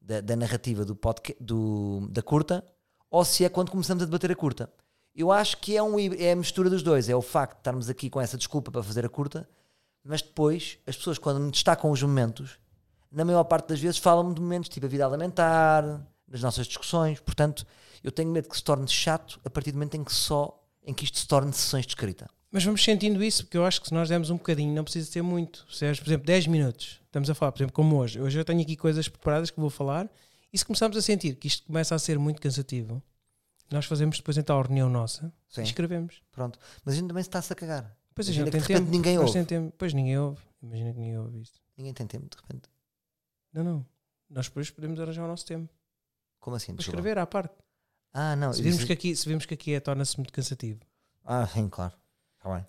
Speaker 2: da, da narrativa do podca- do, da curta ou se é quando começamos a debater a curta. Eu acho que é, um, híbrido- é a mistura dos dois. É o facto de estarmos aqui com essa desculpa para fazer a curta, mas depois as pessoas, quando me destacam os momentos, na maior parte das vezes falam-me de momentos tipo a vida a lamentar, das nossas discussões. Portanto, eu tenho medo que se torne chato a partir do momento em que só em que isto se torne sessões de escrita.
Speaker 1: Mas vamos sentindo isso, porque eu acho que se nós demos um bocadinho, não precisa ser muito. Se és, por exemplo, 10 minutos, estamos a falar, por exemplo, como hoje. Hoje eu tenho aqui coisas preparadas que vou falar, e se começarmos a sentir que isto começa a ser muito cansativo, nós fazemos depois então a reunião nossa
Speaker 2: Sim.
Speaker 1: e escrevemos.
Speaker 2: Pronto. Mas a gente também se está-se a cagar.
Speaker 1: Pois a
Speaker 2: Imagina
Speaker 1: gente tem
Speaker 2: que de repente
Speaker 1: tempo.
Speaker 2: ninguém
Speaker 1: nós
Speaker 2: ouve.
Speaker 1: tem tempo. Pois ninguém ouve. Imagina que ninguém ouve isto.
Speaker 2: Ninguém tem tempo, de repente.
Speaker 1: Não, não. Nós depois podemos arranjar o nosso tempo.
Speaker 2: Como assim?
Speaker 1: Para
Speaker 2: Desculpa.
Speaker 1: escrever à parte.
Speaker 2: Ah, não.
Speaker 1: Se
Speaker 2: eu
Speaker 1: virmos
Speaker 2: disse-
Speaker 1: que aqui, se virmos que aqui é, torna-se muito cansativo.
Speaker 2: Ah, sim, claro. Está bem.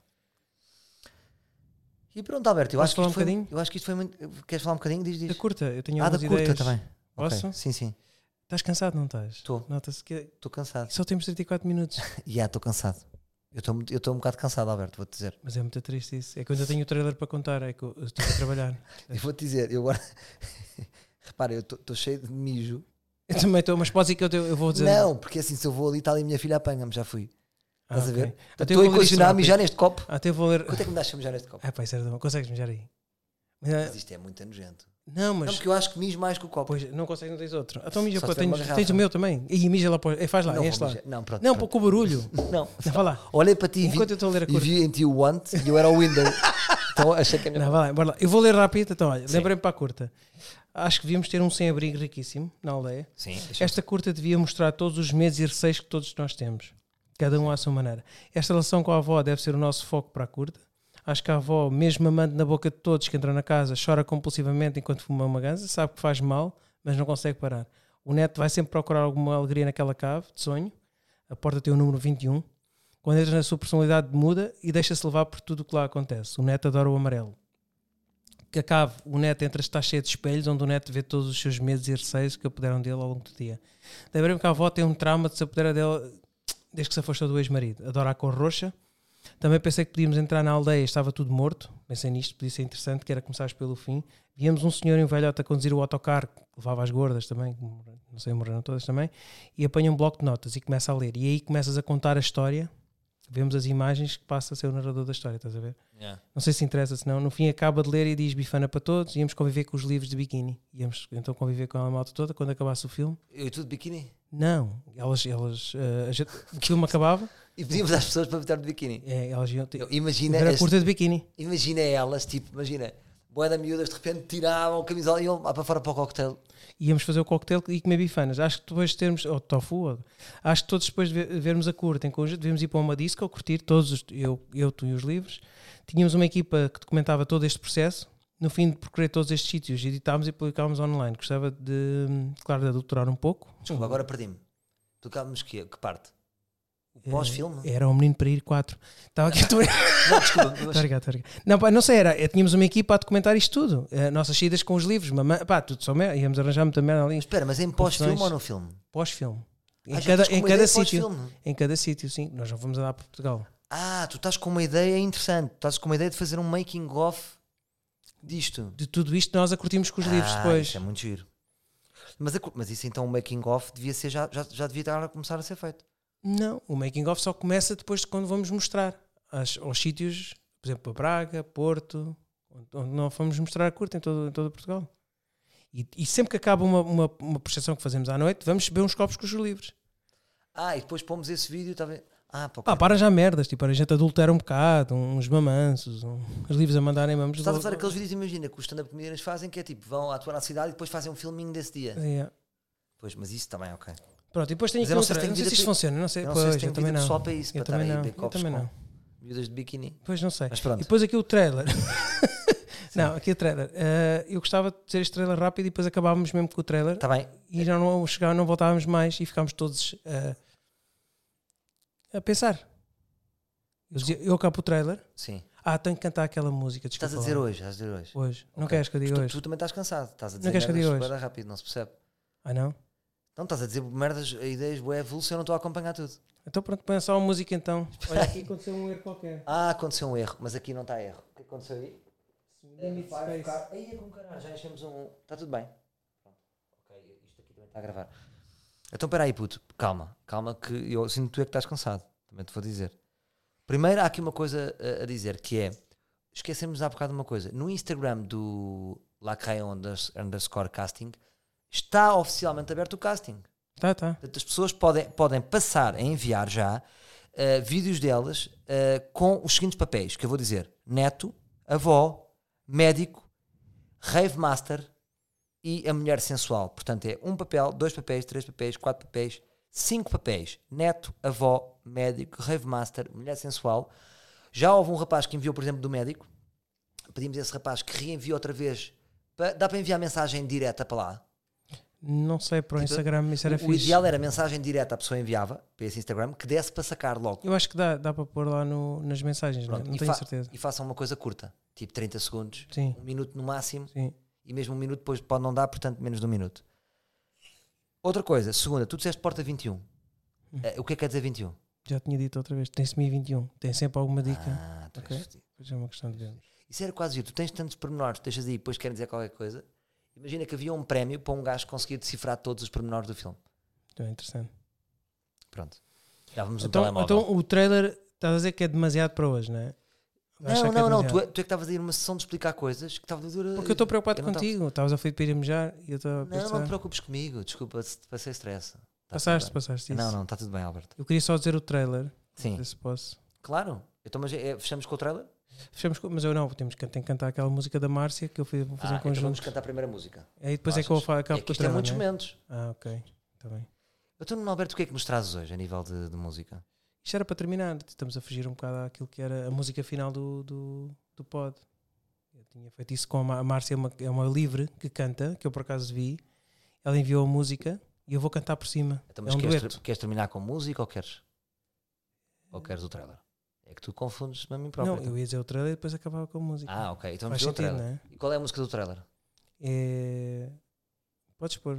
Speaker 2: E pronto, Alberto, eu
Speaker 1: Posso
Speaker 2: acho, que
Speaker 1: falar
Speaker 2: isto
Speaker 1: um
Speaker 2: foi,
Speaker 1: bocadinho?
Speaker 2: eu acho que isto foi muito. Queres falar um bocadinho? Diz,
Speaker 1: Da
Speaker 2: diz.
Speaker 1: curta, eu tenho
Speaker 2: ah, da
Speaker 1: algumas
Speaker 2: curta
Speaker 1: ideias.
Speaker 2: também. Ok.
Speaker 1: Posso?
Speaker 2: Sim, sim.
Speaker 1: Estás cansado, não estás?
Speaker 2: Estou.
Speaker 1: Nota-se que
Speaker 2: Estou cansado.
Speaker 1: só temos 34 minutos.
Speaker 2: Já, estou cansado. Eu estou muito- eu estou um bocado cansado, Alberto, vou-te dizer.
Speaker 1: Mas é muito triste isso. É quando eu tenho o trailer para contar, é que eu eu estou a trabalhar.
Speaker 2: Eu vou-te dizer, eu agora. Repara, eu estou estou cheio de mijo.
Speaker 1: Eu também estou, mas pode ser que eu, te- eu vou dizer.
Speaker 2: Não, porque assim, se eu vou ali, está ali a minha filha apanha-me, já fui.
Speaker 1: Ah,
Speaker 2: Estás
Speaker 1: ok.
Speaker 2: a ver?
Speaker 1: Até eu
Speaker 2: Estou
Speaker 1: vou
Speaker 2: a
Speaker 1: ler isto
Speaker 2: condicionar a
Speaker 1: rápido.
Speaker 2: mijar neste copo.
Speaker 1: Até eu vou ler.
Speaker 2: Quanto é que me dás a mijar neste copo?
Speaker 1: Ah, pá, isso era tão bom. Consegues mijar aí? Mas,
Speaker 2: Mas isto é muito nojento.
Speaker 1: Não, mas.
Speaker 2: Não, porque eu acho que mijo mais que o copo.
Speaker 1: Pois, não consegues, não tens outro. Então mija
Speaker 2: Só
Speaker 1: para.
Speaker 2: se tiver uma
Speaker 1: Tens,
Speaker 2: garrafa.
Speaker 1: tens o meu também. E mija lá. para- eh, Faz lá,
Speaker 2: não, vou
Speaker 1: enche lá.
Speaker 2: mijar. não, pronto.
Speaker 1: Não,
Speaker 2: pronto.
Speaker 1: para com o barulho.
Speaker 2: Não.
Speaker 1: Não, vá lá.
Speaker 2: Olhei para ti e vi,
Speaker 1: Enquanto eu estou a ler a
Speaker 2: e
Speaker 1: cor.
Speaker 2: vi em ti o want e eu era o window. então achei que a minha.
Speaker 1: Não, vá lá, bora lá. Eu vou ler rápido, então olha, lembrei-me para a curta. Acho que devíamos ter um sem-abrigo riquíssimo na aldeia.
Speaker 2: Sim, deixa eu-
Speaker 1: Esta curta devia mostrar todos os medos e receios que todos nós temos, cada um à sua maneira. Esta relação com a avó deve ser o nosso foco para a curta. Acho que a avó, mesmo amando na boca de todos que entram na casa, chora compulsivamente enquanto fuma uma ganza, sabe que faz mal, mas não consegue parar. O neto vai sempre procurar alguma alegria naquela cave de sonho. A porta tem o número 21. Quando entra na sua personalidade, muda e deixa-se levar por tudo o que lá acontece. O neto adora o amarelo que acabe, o neto entra está cheio de espelhos, onde o neto vê todos os seus medos e receios que apoderam dele ao longo do dia. Lembrei-me que a avó tem um trauma de se apoderar dela desde que se afastou do ex-marido. Adora a cor roxa. Também pensei que podíamos entrar na aldeia, estava tudo morto. Pensei nisto, podia ser interessante, que era começares pelo fim. Víamos um senhor em velhota conduzir o autocarro, que levava as gordas também, que morreram- não sei, morreram todas também, e apanha um bloco de notas e começa a ler. E aí começas a contar a história, vemos as imagens que passa a ser o narrador da história, estás a ver?
Speaker 3: Yeah.
Speaker 1: Não sei se interessa, se não. No fim, acaba de ler e diz bifana para todos. Íamos conviver com os livros de biquíni. Íamos então conviver com a malta toda quando acabasse o filme.
Speaker 2: Eu e tudo de biquíni.
Speaker 1: Não, elas. elas eh, a gente- o filme acabava,
Speaker 2: E pedíamos às pessoas para evitar de biquíni.
Speaker 1: eh, elas iam. ter-
Speaker 2: Eu- Imagina,
Speaker 1: Era
Speaker 2: este-
Speaker 1: curta de biquíni.
Speaker 2: imagina elas, tipo, imagina, boia da miúdas, de repente tiravam a camisola e iam lá para fora para o cocktail.
Speaker 1: Íamos fazer o coquetel e comer bifanas. Acho que depois de termos. Ou tofu. ou- acho que todos depois de ver- vermos a curta em conjunto, devemos ir para uma disco, curtir todos, os, eu, eu, tu e os livros. Tínhamos uma equipa que documentava todo este processo. No fim de procurar todos estes sítios, editámos e publicámos online. Gostava de, claro, de adulterar um pouco.
Speaker 2: Desculpa, agora perdi-me. Tocávamos que, que parte? O pós-filme?
Speaker 1: Era um menino para ir 4. Estava aqui. Tô...
Speaker 2: Não, desculpa, mas
Speaker 1: Tá ligado, tá ligado. Não, pá, não sei, era. eh, Tínhamos uma equipa a documentar isto tudo. Eh, Nossas saídas com os livros, mamã, pá, tudo só merda. Íamos arranjar muita merda ali.
Speaker 2: espera, mas é em pós-filme ou no filme?
Speaker 1: Pós-filme. Em
Speaker 2: Ah, já
Speaker 1: cada,
Speaker 2: estás com
Speaker 1: em
Speaker 2: uma
Speaker 1: cada
Speaker 2: ideia
Speaker 1: sítio.
Speaker 2: pós-filme.
Speaker 1: Em cada sítio, sim. Nós não vamos andar para Portugal.
Speaker 2: Ah, tu estás com uma ideia interessante. Tu estás com uma ideia de fazer um making-of disto.
Speaker 1: De tudo isto, nós a curtimos com os livros
Speaker 2: Ah,
Speaker 1: depois.
Speaker 2: Isso é muito giro. Mas, a cu- mas isso então, o making-of, devia ser já, já, já devia estar a começar a ser feito.
Speaker 1: Não, o making-of só começa depois de quando vamos mostrar às- aos sítios, por exemplo, a Braga, Porto, onde, onde nós fomos mostrar a curta em todo, em todo Portugal. E, e sempre que acaba uma, uma, uma percepção que fazemos à noite, vamos beber uns copos com os livros.
Speaker 2: Ah, e depois pomos esse vídeo, talvez. Ah, pá,
Speaker 1: Pá, para já merdas, tipo, a gente adultera um bocado, uns mamanços, um- os livros a mandarem mamos.
Speaker 2: Estás a usar aqueles vídeos, imagina, que os stand-up comedians fazem, que é tipo, vão atuar na cidade e depois fazem um filminho desse dia.
Speaker 1: É.
Speaker 2: Pois, mas isso também, ok.
Speaker 1: Pronto, e depois tenho
Speaker 2: Mas
Speaker 1: aqui
Speaker 2: eu não sei
Speaker 1: outra.
Speaker 2: se tem
Speaker 1: Não sei
Speaker 2: vida
Speaker 1: se isto
Speaker 2: pe-
Speaker 1: funciona, não sei.
Speaker 2: eu não sei
Speaker 1: pois,
Speaker 2: se tem
Speaker 1: eu também
Speaker 2: vida
Speaker 1: não.
Speaker 2: pessoal para isso,
Speaker 1: eu
Speaker 2: para estar
Speaker 1: também
Speaker 2: aí a
Speaker 1: não.
Speaker 2: beber
Speaker 1: Eu
Speaker 2: copos
Speaker 1: também
Speaker 2: com-
Speaker 1: não.
Speaker 2: Miúdas de biquíni.
Speaker 1: Pois não sei.
Speaker 2: Mas pronto.
Speaker 1: E depois aqui o trailer. não, aqui o trailer. Eh, eu gostava de dizer este trailer rápido e depois acabávamos mesmo com o trailer
Speaker 2: Está Tá bem.
Speaker 1: e já não chegávamos, não voltávamos mais e ficámos todos eh, a pensar. Eu, dizia- eu acabo o trailer.
Speaker 2: Sim.
Speaker 1: Ah, tenho que cantar aquela música.
Speaker 2: Estás a
Speaker 1: desculpa
Speaker 2: dizer
Speaker 1: lá.
Speaker 2: hoje, estás a dizer hoje.
Speaker 1: Hoje. Não
Speaker 2: Ok.
Speaker 1: queres que eu diga
Speaker 2: Tu-
Speaker 1: hoje?
Speaker 2: Tu, também estás cansado. Estás a dizer
Speaker 1: Não queres que eu diga
Speaker 2: merdas
Speaker 1: hoje?
Speaker 2: bué da rápido, não se percebe.
Speaker 1: Ah, não?
Speaker 2: Não, estás a dizer merdas, ideias, boé, avulso, eu não estou a acompanhar tudo.
Speaker 1: Então pronto, põe só a música então. Olha, aqui aconteceu um erro qualquer.
Speaker 2: Ah, aconteceu um erro, mas aqui não está erro. O que aconteceu aí?
Speaker 1: Limit
Speaker 2: Vai
Speaker 1: É, Space.
Speaker 2: ficar- Aí é com caralho, já enchemos um. Está tudo bem. Pronto. Ok, isto aqui também está a gravar. Então espera aí, puto, calma, calma, que eu sinto que tu é que estás cansado. Também te vou dizer. Primeiro, há aqui uma coisa a, a dizer que é: esquecemos há bocado uma coisa. No Instagram do Lacraia unders- underscore casting está oficialmente aberto o casting.
Speaker 1: Tá, tá.
Speaker 2: Portanto, as pessoas podem, podem passar a enviar já eh, vídeos delas eh, com os seguintes papéis, que eu vou dizer: neto, avó, médico, rave master e a mulher sensual. Portanto, é um papel, dois papéis, três papéis, quatro papéis, cinco papéis: neto, avó, médico, rave master, mulher sensual. Já houve um rapaz que enviou, por exemplo, do médico. Pedimos a esse rapaz que reenvie outra vez. Pa- Dá para enviar mensagem direta para lá?
Speaker 1: Não sei para o Instagram, isso era
Speaker 2: Tipo, o,
Speaker 1: fixe.
Speaker 2: o ideal era mensagem direta a pessoa enviava para esse Instagram que desse para sacar logo.
Speaker 1: Eu acho que dá, dá para pôr lá no- nas mensagens, não, é?
Speaker 2: Pronto,
Speaker 1: não
Speaker 2: e,
Speaker 1: tenho
Speaker 2: fa-
Speaker 1: certeza.
Speaker 2: e façam uma coisa curta, tipo 30 segundos,
Speaker 1: Sim.
Speaker 2: um minuto no máximo,
Speaker 1: Sim.
Speaker 2: e mesmo um minuto depois pode não dar, portanto, menos de um minuto. Outra coisa, segunda, tu disseste porta 21.
Speaker 1: Hum.
Speaker 2: Eh, o que é que quer dizer 21?
Speaker 1: Já tinha dito outra vez, tem semi-21, tem sempre alguma dica.
Speaker 2: Ah, tu és
Speaker 1: Ok.
Speaker 2: fodido.
Speaker 1: Pois é uma questão de vermos.
Speaker 2: Isso era quase giro. Tu tens tantos pormenores, deixas aí, depois querem dizer qualquer coisa. Imagina que havia um prémio para um gajo conseguir decifrar todos os pormenores do filme.
Speaker 1: Então é interessante.
Speaker 2: Pronto. Dávamos um
Speaker 1: Então,
Speaker 2: telemóvel.
Speaker 1: então o trailer, estás a dizer que é demasiado para hoje, não é? Vai achar
Speaker 2: Não,
Speaker 1: que é
Speaker 2: não, não. Tu
Speaker 1: demasiado.
Speaker 2: é, tu é que estavas a ir numa sessão de explicar coisas que estava dura.
Speaker 1: Porque eu estou preocupado
Speaker 2: eu não tava-
Speaker 1: contigo. Estavas a flipiremejar e eu estou a
Speaker 2: Não, não
Speaker 1: pensar.
Speaker 2: te preocupes comigo. Desculpa se te passei stress. Tá tudo
Speaker 1: passaste,
Speaker 2: bem.
Speaker 1: passaste isso.
Speaker 2: Não, não, está tudo bem, Albert.
Speaker 1: Eu queria só dizer o trailer.
Speaker 2: Sim.
Speaker 1: Se posso.
Speaker 2: Claro. Então, mas é- é- fechamos com o trailer?
Speaker 1: Fechamos com- Mas eu não, temos que, tenho que cantar aquela música da Márcia que eu fui, vou fazer
Speaker 2: Ah,
Speaker 1: em
Speaker 2: então vamos
Speaker 1: conjunto.
Speaker 2: cantar a primeira música.
Speaker 1: Aí depois é que eu
Speaker 2: Achas?
Speaker 1: fa- acabo
Speaker 2: é que
Speaker 1: com o
Speaker 2: isto tem
Speaker 1: trailer.
Speaker 2: muitos
Speaker 1: não é?
Speaker 2: momentos.
Speaker 1: Ah, ok. Está bem.
Speaker 2: Então, Nuno Alberto, o que é que nos trazes hoje a nível de, de música?
Speaker 1: Isto era para terminar. Estamos a fugir um bocado àquilo que era a música final do, do, do pod. Eu tinha feito isso com a Ma- a Márcia, é uma, é uma livre que canta, que eu por acaso vi. Ela enviou a música e eu vou cantar por cima.
Speaker 2: Então,
Speaker 1: é
Speaker 2: mas
Speaker 1: um
Speaker 2: queres,
Speaker 1: dueto.
Speaker 2: ter- queres terminar com música ou queres? Ou queres o trailer? É que tu confundes-me a mim próprio.
Speaker 1: Não,
Speaker 2: então.
Speaker 1: eu ia dizer o trailer e depois acabava com a música.
Speaker 2: Ah, ok. Então vamos
Speaker 1: Faz
Speaker 2: ver o
Speaker 1: sentido,
Speaker 2: trailer.
Speaker 1: não é?
Speaker 2: E qual é a música do trailer?
Speaker 1: é? Podes pôr.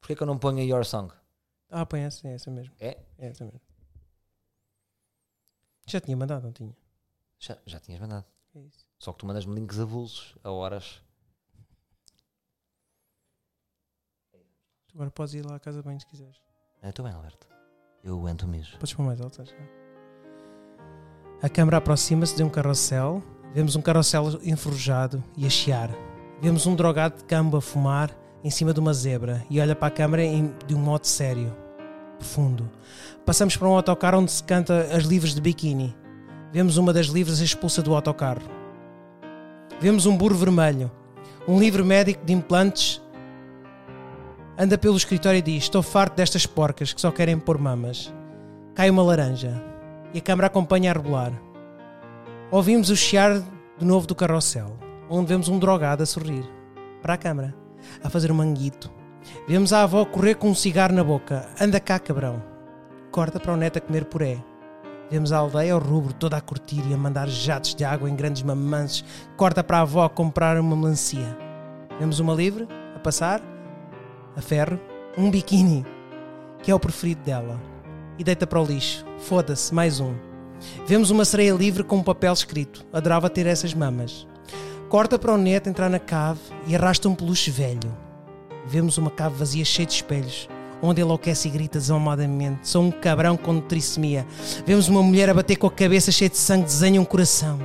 Speaker 2: Porquê que eu não ponho a Your Song?
Speaker 1: Ah, põe essa, é essa mesmo.
Speaker 2: É?
Speaker 1: É essa mesmo. Já tinha mandado, não tinha?
Speaker 2: Já, já tinhas mandado.
Speaker 1: É isso.
Speaker 2: Só que tu mandas-me links avulsos a horas.
Speaker 1: Tu agora podes ir lá à casa bem se quiseres.
Speaker 2: Ah, Estou bem, Alberto. Eu aguento mesmo.
Speaker 1: Podes pôr mais alto, acho. A câmara aproxima-se de um carrossel. Vemos um carrossel enferrujado e a chiar. Vemos um drogado de cambo a fumar em cima de uma zebra e olha para a câmara em- de um modo sério, profundo. Passamos para um autocarro onde se canta as livres de biquíni. Vemos uma das livres expulsa do autocarro. Vemos um burro vermelho. Um livre médico de implantes anda pelo escritório e diz: Estou farto destas porcas que só querem pôr mamas cai uma laranja e a câmara acompanha a rebolar. Ouvimos o chiar de novo do carrossel, onde vemos um drogado a sorrir para a câmara, a fazer um manguito. Vemos a avó correr com um cigarro na boca. Anda cá, cabrão. Corta para o neto a comer puré. Vemos a aldeia ao rubro toda a curtir e a mandar jatos de água em grandes mamanches. Corta para a avó a comprar uma melancia. Vemos uma livre a passar, a ferro, um biquíni, que é o preferido dela e deita para o lixo. Foda-se, mais um. Vemos uma sereia livre com um papel escrito. Adorava ter essas mamas. Corta para o neto entrar na cave e arrasta um peluche velho. Vemos uma cave vazia cheia de espelhos, onde ele aquece e grita desalmadamente. Sou um cabrão com trissomia. Vemos uma mulher a bater com a cabeça cheia de sangue, desenha um coração.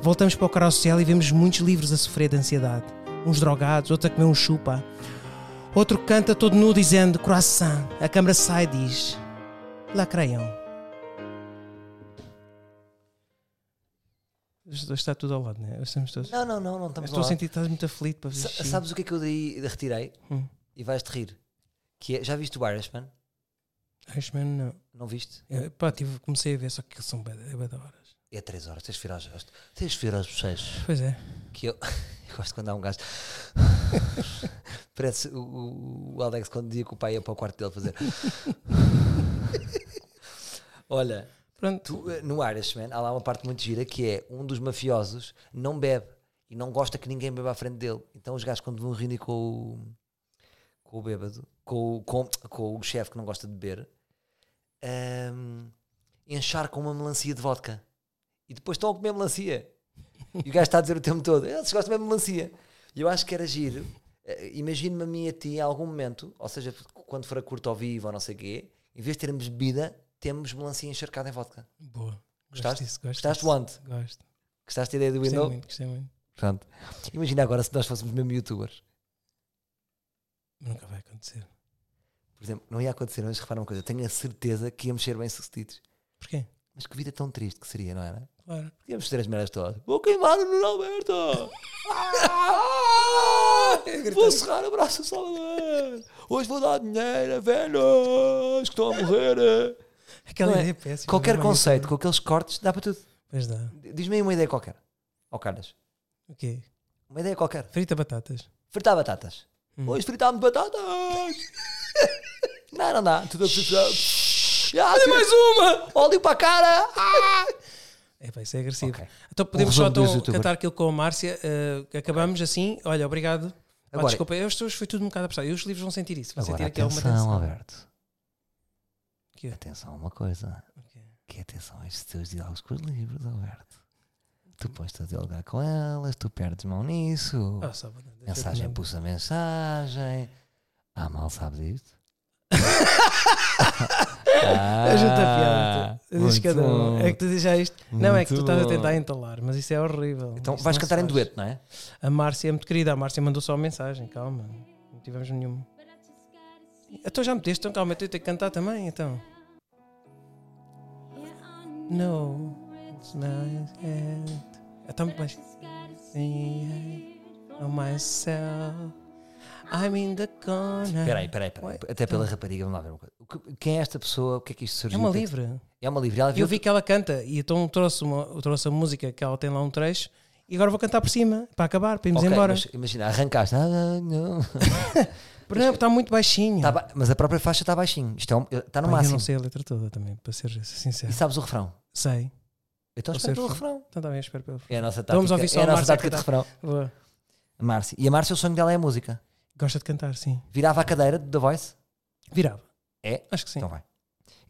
Speaker 1: Voltamos para o carrossel e vemos muitos livros a sofrer de ansiedade. Uns drogados, outros a comer um chupa. Outro canta todo nu dizendo croissant. A câmara sai e diz Lacraião. Está tudo ao lado, né? Estamos todos.
Speaker 2: Não, não, não, não estamos
Speaker 1: Estou a
Speaker 2: lá.
Speaker 1: sentir que estás muito aflito para fazer
Speaker 2: Sa-
Speaker 1: xixi.
Speaker 2: Sabes o que é que eu daí retirei?
Speaker 1: Hum.
Speaker 2: E vais-te rir. Que é, já viste o Irishman?
Speaker 1: Irishman, não.
Speaker 2: Não viste?
Speaker 1: Eu, É, pá, tive, comecei a ver, só que eles são bad, é bad horas.
Speaker 2: É 3 horas, tens de virar aos, tens de virar aos bochechos.
Speaker 1: Pois é.
Speaker 2: Que eu, eu gosto quando há um gajo. Parece o- o, o Alex quando dizia que o pai ia para o quarto dele fazer. Olha,
Speaker 1: Pronto.
Speaker 2: tu, eh, no Irishman há lá uma parte muito gira que é um dos mafiosos não bebe e não gosta que ninguém beba à frente dele. Então os gajos quando vão reunir com o, com o bêbado, com, o- com, com o chefe que não gosta de beber, ehm, encharcam uma melancia de vodka e depois estão a comer melancia. E o gajo está a dizer o tempo todo: eles gostam mesmo de melancia. E eu acho que era giro. eh, Imagino-me a mim e a ti em algum momento, ou seja, quando for a curto ao vivo ou não sei o quê, em vez de termos bebida, temos melancia encharcada em vodka.
Speaker 1: Boa. Gosto
Speaker 2: Gostaste?
Speaker 1: disso, gosto
Speaker 2: Gostaste
Speaker 1: disso.
Speaker 2: onde?
Speaker 1: Gosto.
Speaker 2: Gostaste da ideia do
Speaker 1: Gostei
Speaker 2: window?
Speaker 1: muito, gostei muito.
Speaker 2: Pronto. Imagina agora se nós fôssemos mesmo youtubers.
Speaker 1: Mas nunca vai acontecer.
Speaker 2: Por exemplo, não ia acontecer, mas repara uma coisa, eu tenho a certeza que íamos ser bem-sucedidos.
Speaker 1: Porquê?
Speaker 2: Mas que vida tão triste que seria, não era?
Speaker 1: Claro.
Speaker 2: Porque íamos ter as merdas todas. Vou queimar o Nuno Alberto! vou serrar o braço do Salvador! Hoje vou dar dinheiro a velhos que estão a morrer!
Speaker 1: Aquela
Speaker 2: Não é?
Speaker 1: ideia é péssima.
Speaker 2: Qualquer
Speaker 1: não é?
Speaker 2: conceito, com aqueles cortes, dá para tudo.
Speaker 1: Pois dá.
Speaker 2: Diz-me aí uma ideia qualquer. Ó Carlos,
Speaker 1: O quê?
Speaker 2: uma ideia qualquer.
Speaker 1: Frita batatas.
Speaker 2: Fritar batatas.
Speaker 1: Hum.
Speaker 2: Hoje fritámos batatas! não, não dá. Tudo a precisar. Ah, mais uma! Óleo para a cara! Ah!
Speaker 1: É, pá, isso é agressivo.
Speaker 2: Ok.
Speaker 1: Então podemos
Speaker 2: O
Speaker 1: só
Speaker 2: resumo
Speaker 1: então,
Speaker 2: dos youtubers.
Speaker 1: cantar aquilo com a Márcia. eh, que acabamos assim. Olha, obrigado. Pá,
Speaker 2: Agora-
Speaker 1: desculpa, eu, hoje foi tudo um bocado apressado. E os livros vão sentir isso. Vão
Speaker 2: Agora,
Speaker 1: sentir aquela uma
Speaker 2: atenção,
Speaker 1: tensão. é?
Speaker 2: Alberto.
Speaker 1: Quê?
Speaker 2: Atenção a uma coisa.
Speaker 1: Ok.
Speaker 2: Que é atenção a estes teus diálogos com os livros, Alberto. Tu pões-te a dialogar com elas, tu perdes mão nisso.
Speaker 1: Ah, só vou dar- deixa eu
Speaker 2: mensagem
Speaker 1: terminar.
Speaker 2: puxa mensagem. Ah, mal sabes isto? ah,
Speaker 1: Estás junto a tá piada. tu. Diz
Speaker 3: muito
Speaker 1: cada um.
Speaker 3: bom.
Speaker 1: É que tu dizes já isto. Não, é que tu
Speaker 3: Muito
Speaker 1: estás a
Speaker 3: bom.
Speaker 1: tentar entalar, mas isso é horrível.
Speaker 2: Então
Speaker 1: Isso
Speaker 2: vais
Speaker 1: não se
Speaker 2: cantar em
Speaker 1: faz.
Speaker 2: dueto, não é?
Speaker 1: A Márcia é muito querida. A Márcia mandou só uma mensagem. Calma. Não tivemos nenhuma. Então já meteste, então calma. Eu tenho que cantar também, então. No, it's é not yet. Está muito baixo. Thinking of myself. I'm in the corner.
Speaker 2: Espera aí, espera aí. espera aí.
Speaker 1: Ué,
Speaker 2: Até pela rapariga, vamos lá ver uma coisa. O que- Quem é esta pessoa? O que é que isto
Speaker 1: É
Speaker 2: surgiu?
Speaker 1: uma
Speaker 2: O que é que-
Speaker 1: livre.
Speaker 2: É uma livre. Ela
Speaker 1: E eu
Speaker 2: viu
Speaker 1: vi que ela canta e então trouxe, uma, trouxe a música que ela tem lá um trecho e agora vou cantar por cima para acabar, para irmos
Speaker 2: Ok,
Speaker 1: embora.
Speaker 2: mas imagina, arrancaste. Ah, não.
Speaker 1: Por não, está muito baixinho.
Speaker 2: Tá ba- Mas a própria faixa está baixinho. Isto é um- está no
Speaker 1: Pá, Eu
Speaker 2: máximo.
Speaker 1: não sei a letra toda também, para ser sincero.
Speaker 2: E sabes o refrão?
Speaker 1: Sei.
Speaker 2: Então
Speaker 1: Ou seja,
Speaker 2: espera pelo refrão.
Speaker 1: Então também espero pelo.
Speaker 2: É a nossa tática,
Speaker 1: Vamos ouvir só
Speaker 2: é
Speaker 1: a
Speaker 2: a nossa
Speaker 1: Márcia
Speaker 2: tática de
Speaker 1: cantar.
Speaker 2: refrão.
Speaker 1: Boa.
Speaker 2: A Márcia. E a Márcia, o sonho dela é a música.
Speaker 1: Gosta de cantar, sim.
Speaker 2: Virava a cadeira do The Voice.
Speaker 1: Virava.
Speaker 2: É?
Speaker 1: Acho que sim.
Speaker 2: Então vai.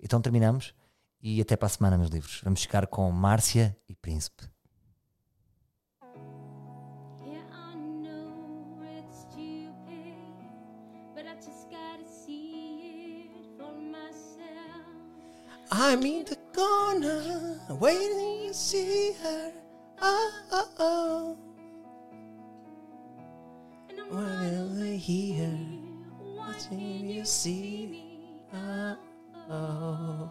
Speaker 2: Então terminamos. E até para a semana, meus livros. Vamos ficar com Márcia e Príncipe.
Speaker 4: Yeah, I know it's stupid, but I just gotta see it for myself.
Speaker 1: I'm in the corner, waiting you see her. Oh, oh, oh.
Speaker 4: And I'm
Speaker 1: Whenever here, watching you see
Speaker 4: me,
Speaker 1: Oh, oh.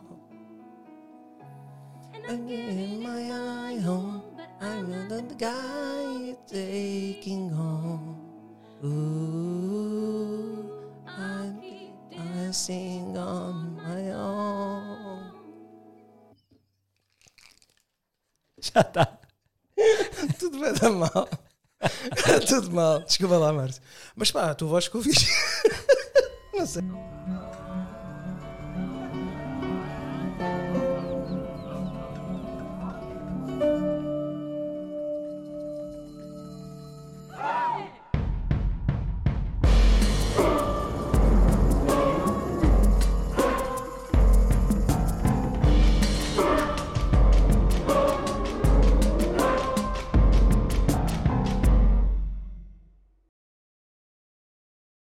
Speaker 4: and
Speaker 1: I'm
Speaker 4: I'm
Speaker 1: getting
Speaker 4: giving
Speaker 1: my
Speaker 4: my
Speaker 1: eye home. I'm not the guy you're taking home. Ooh, I'm, I sing on my own.
Speaker 2: Já está.
Speaker 1: Tudo vai dar mal. Tudo mal. Desculpa lá, Márcio. Mas pá, a tua voz que eu fiz. Não sei.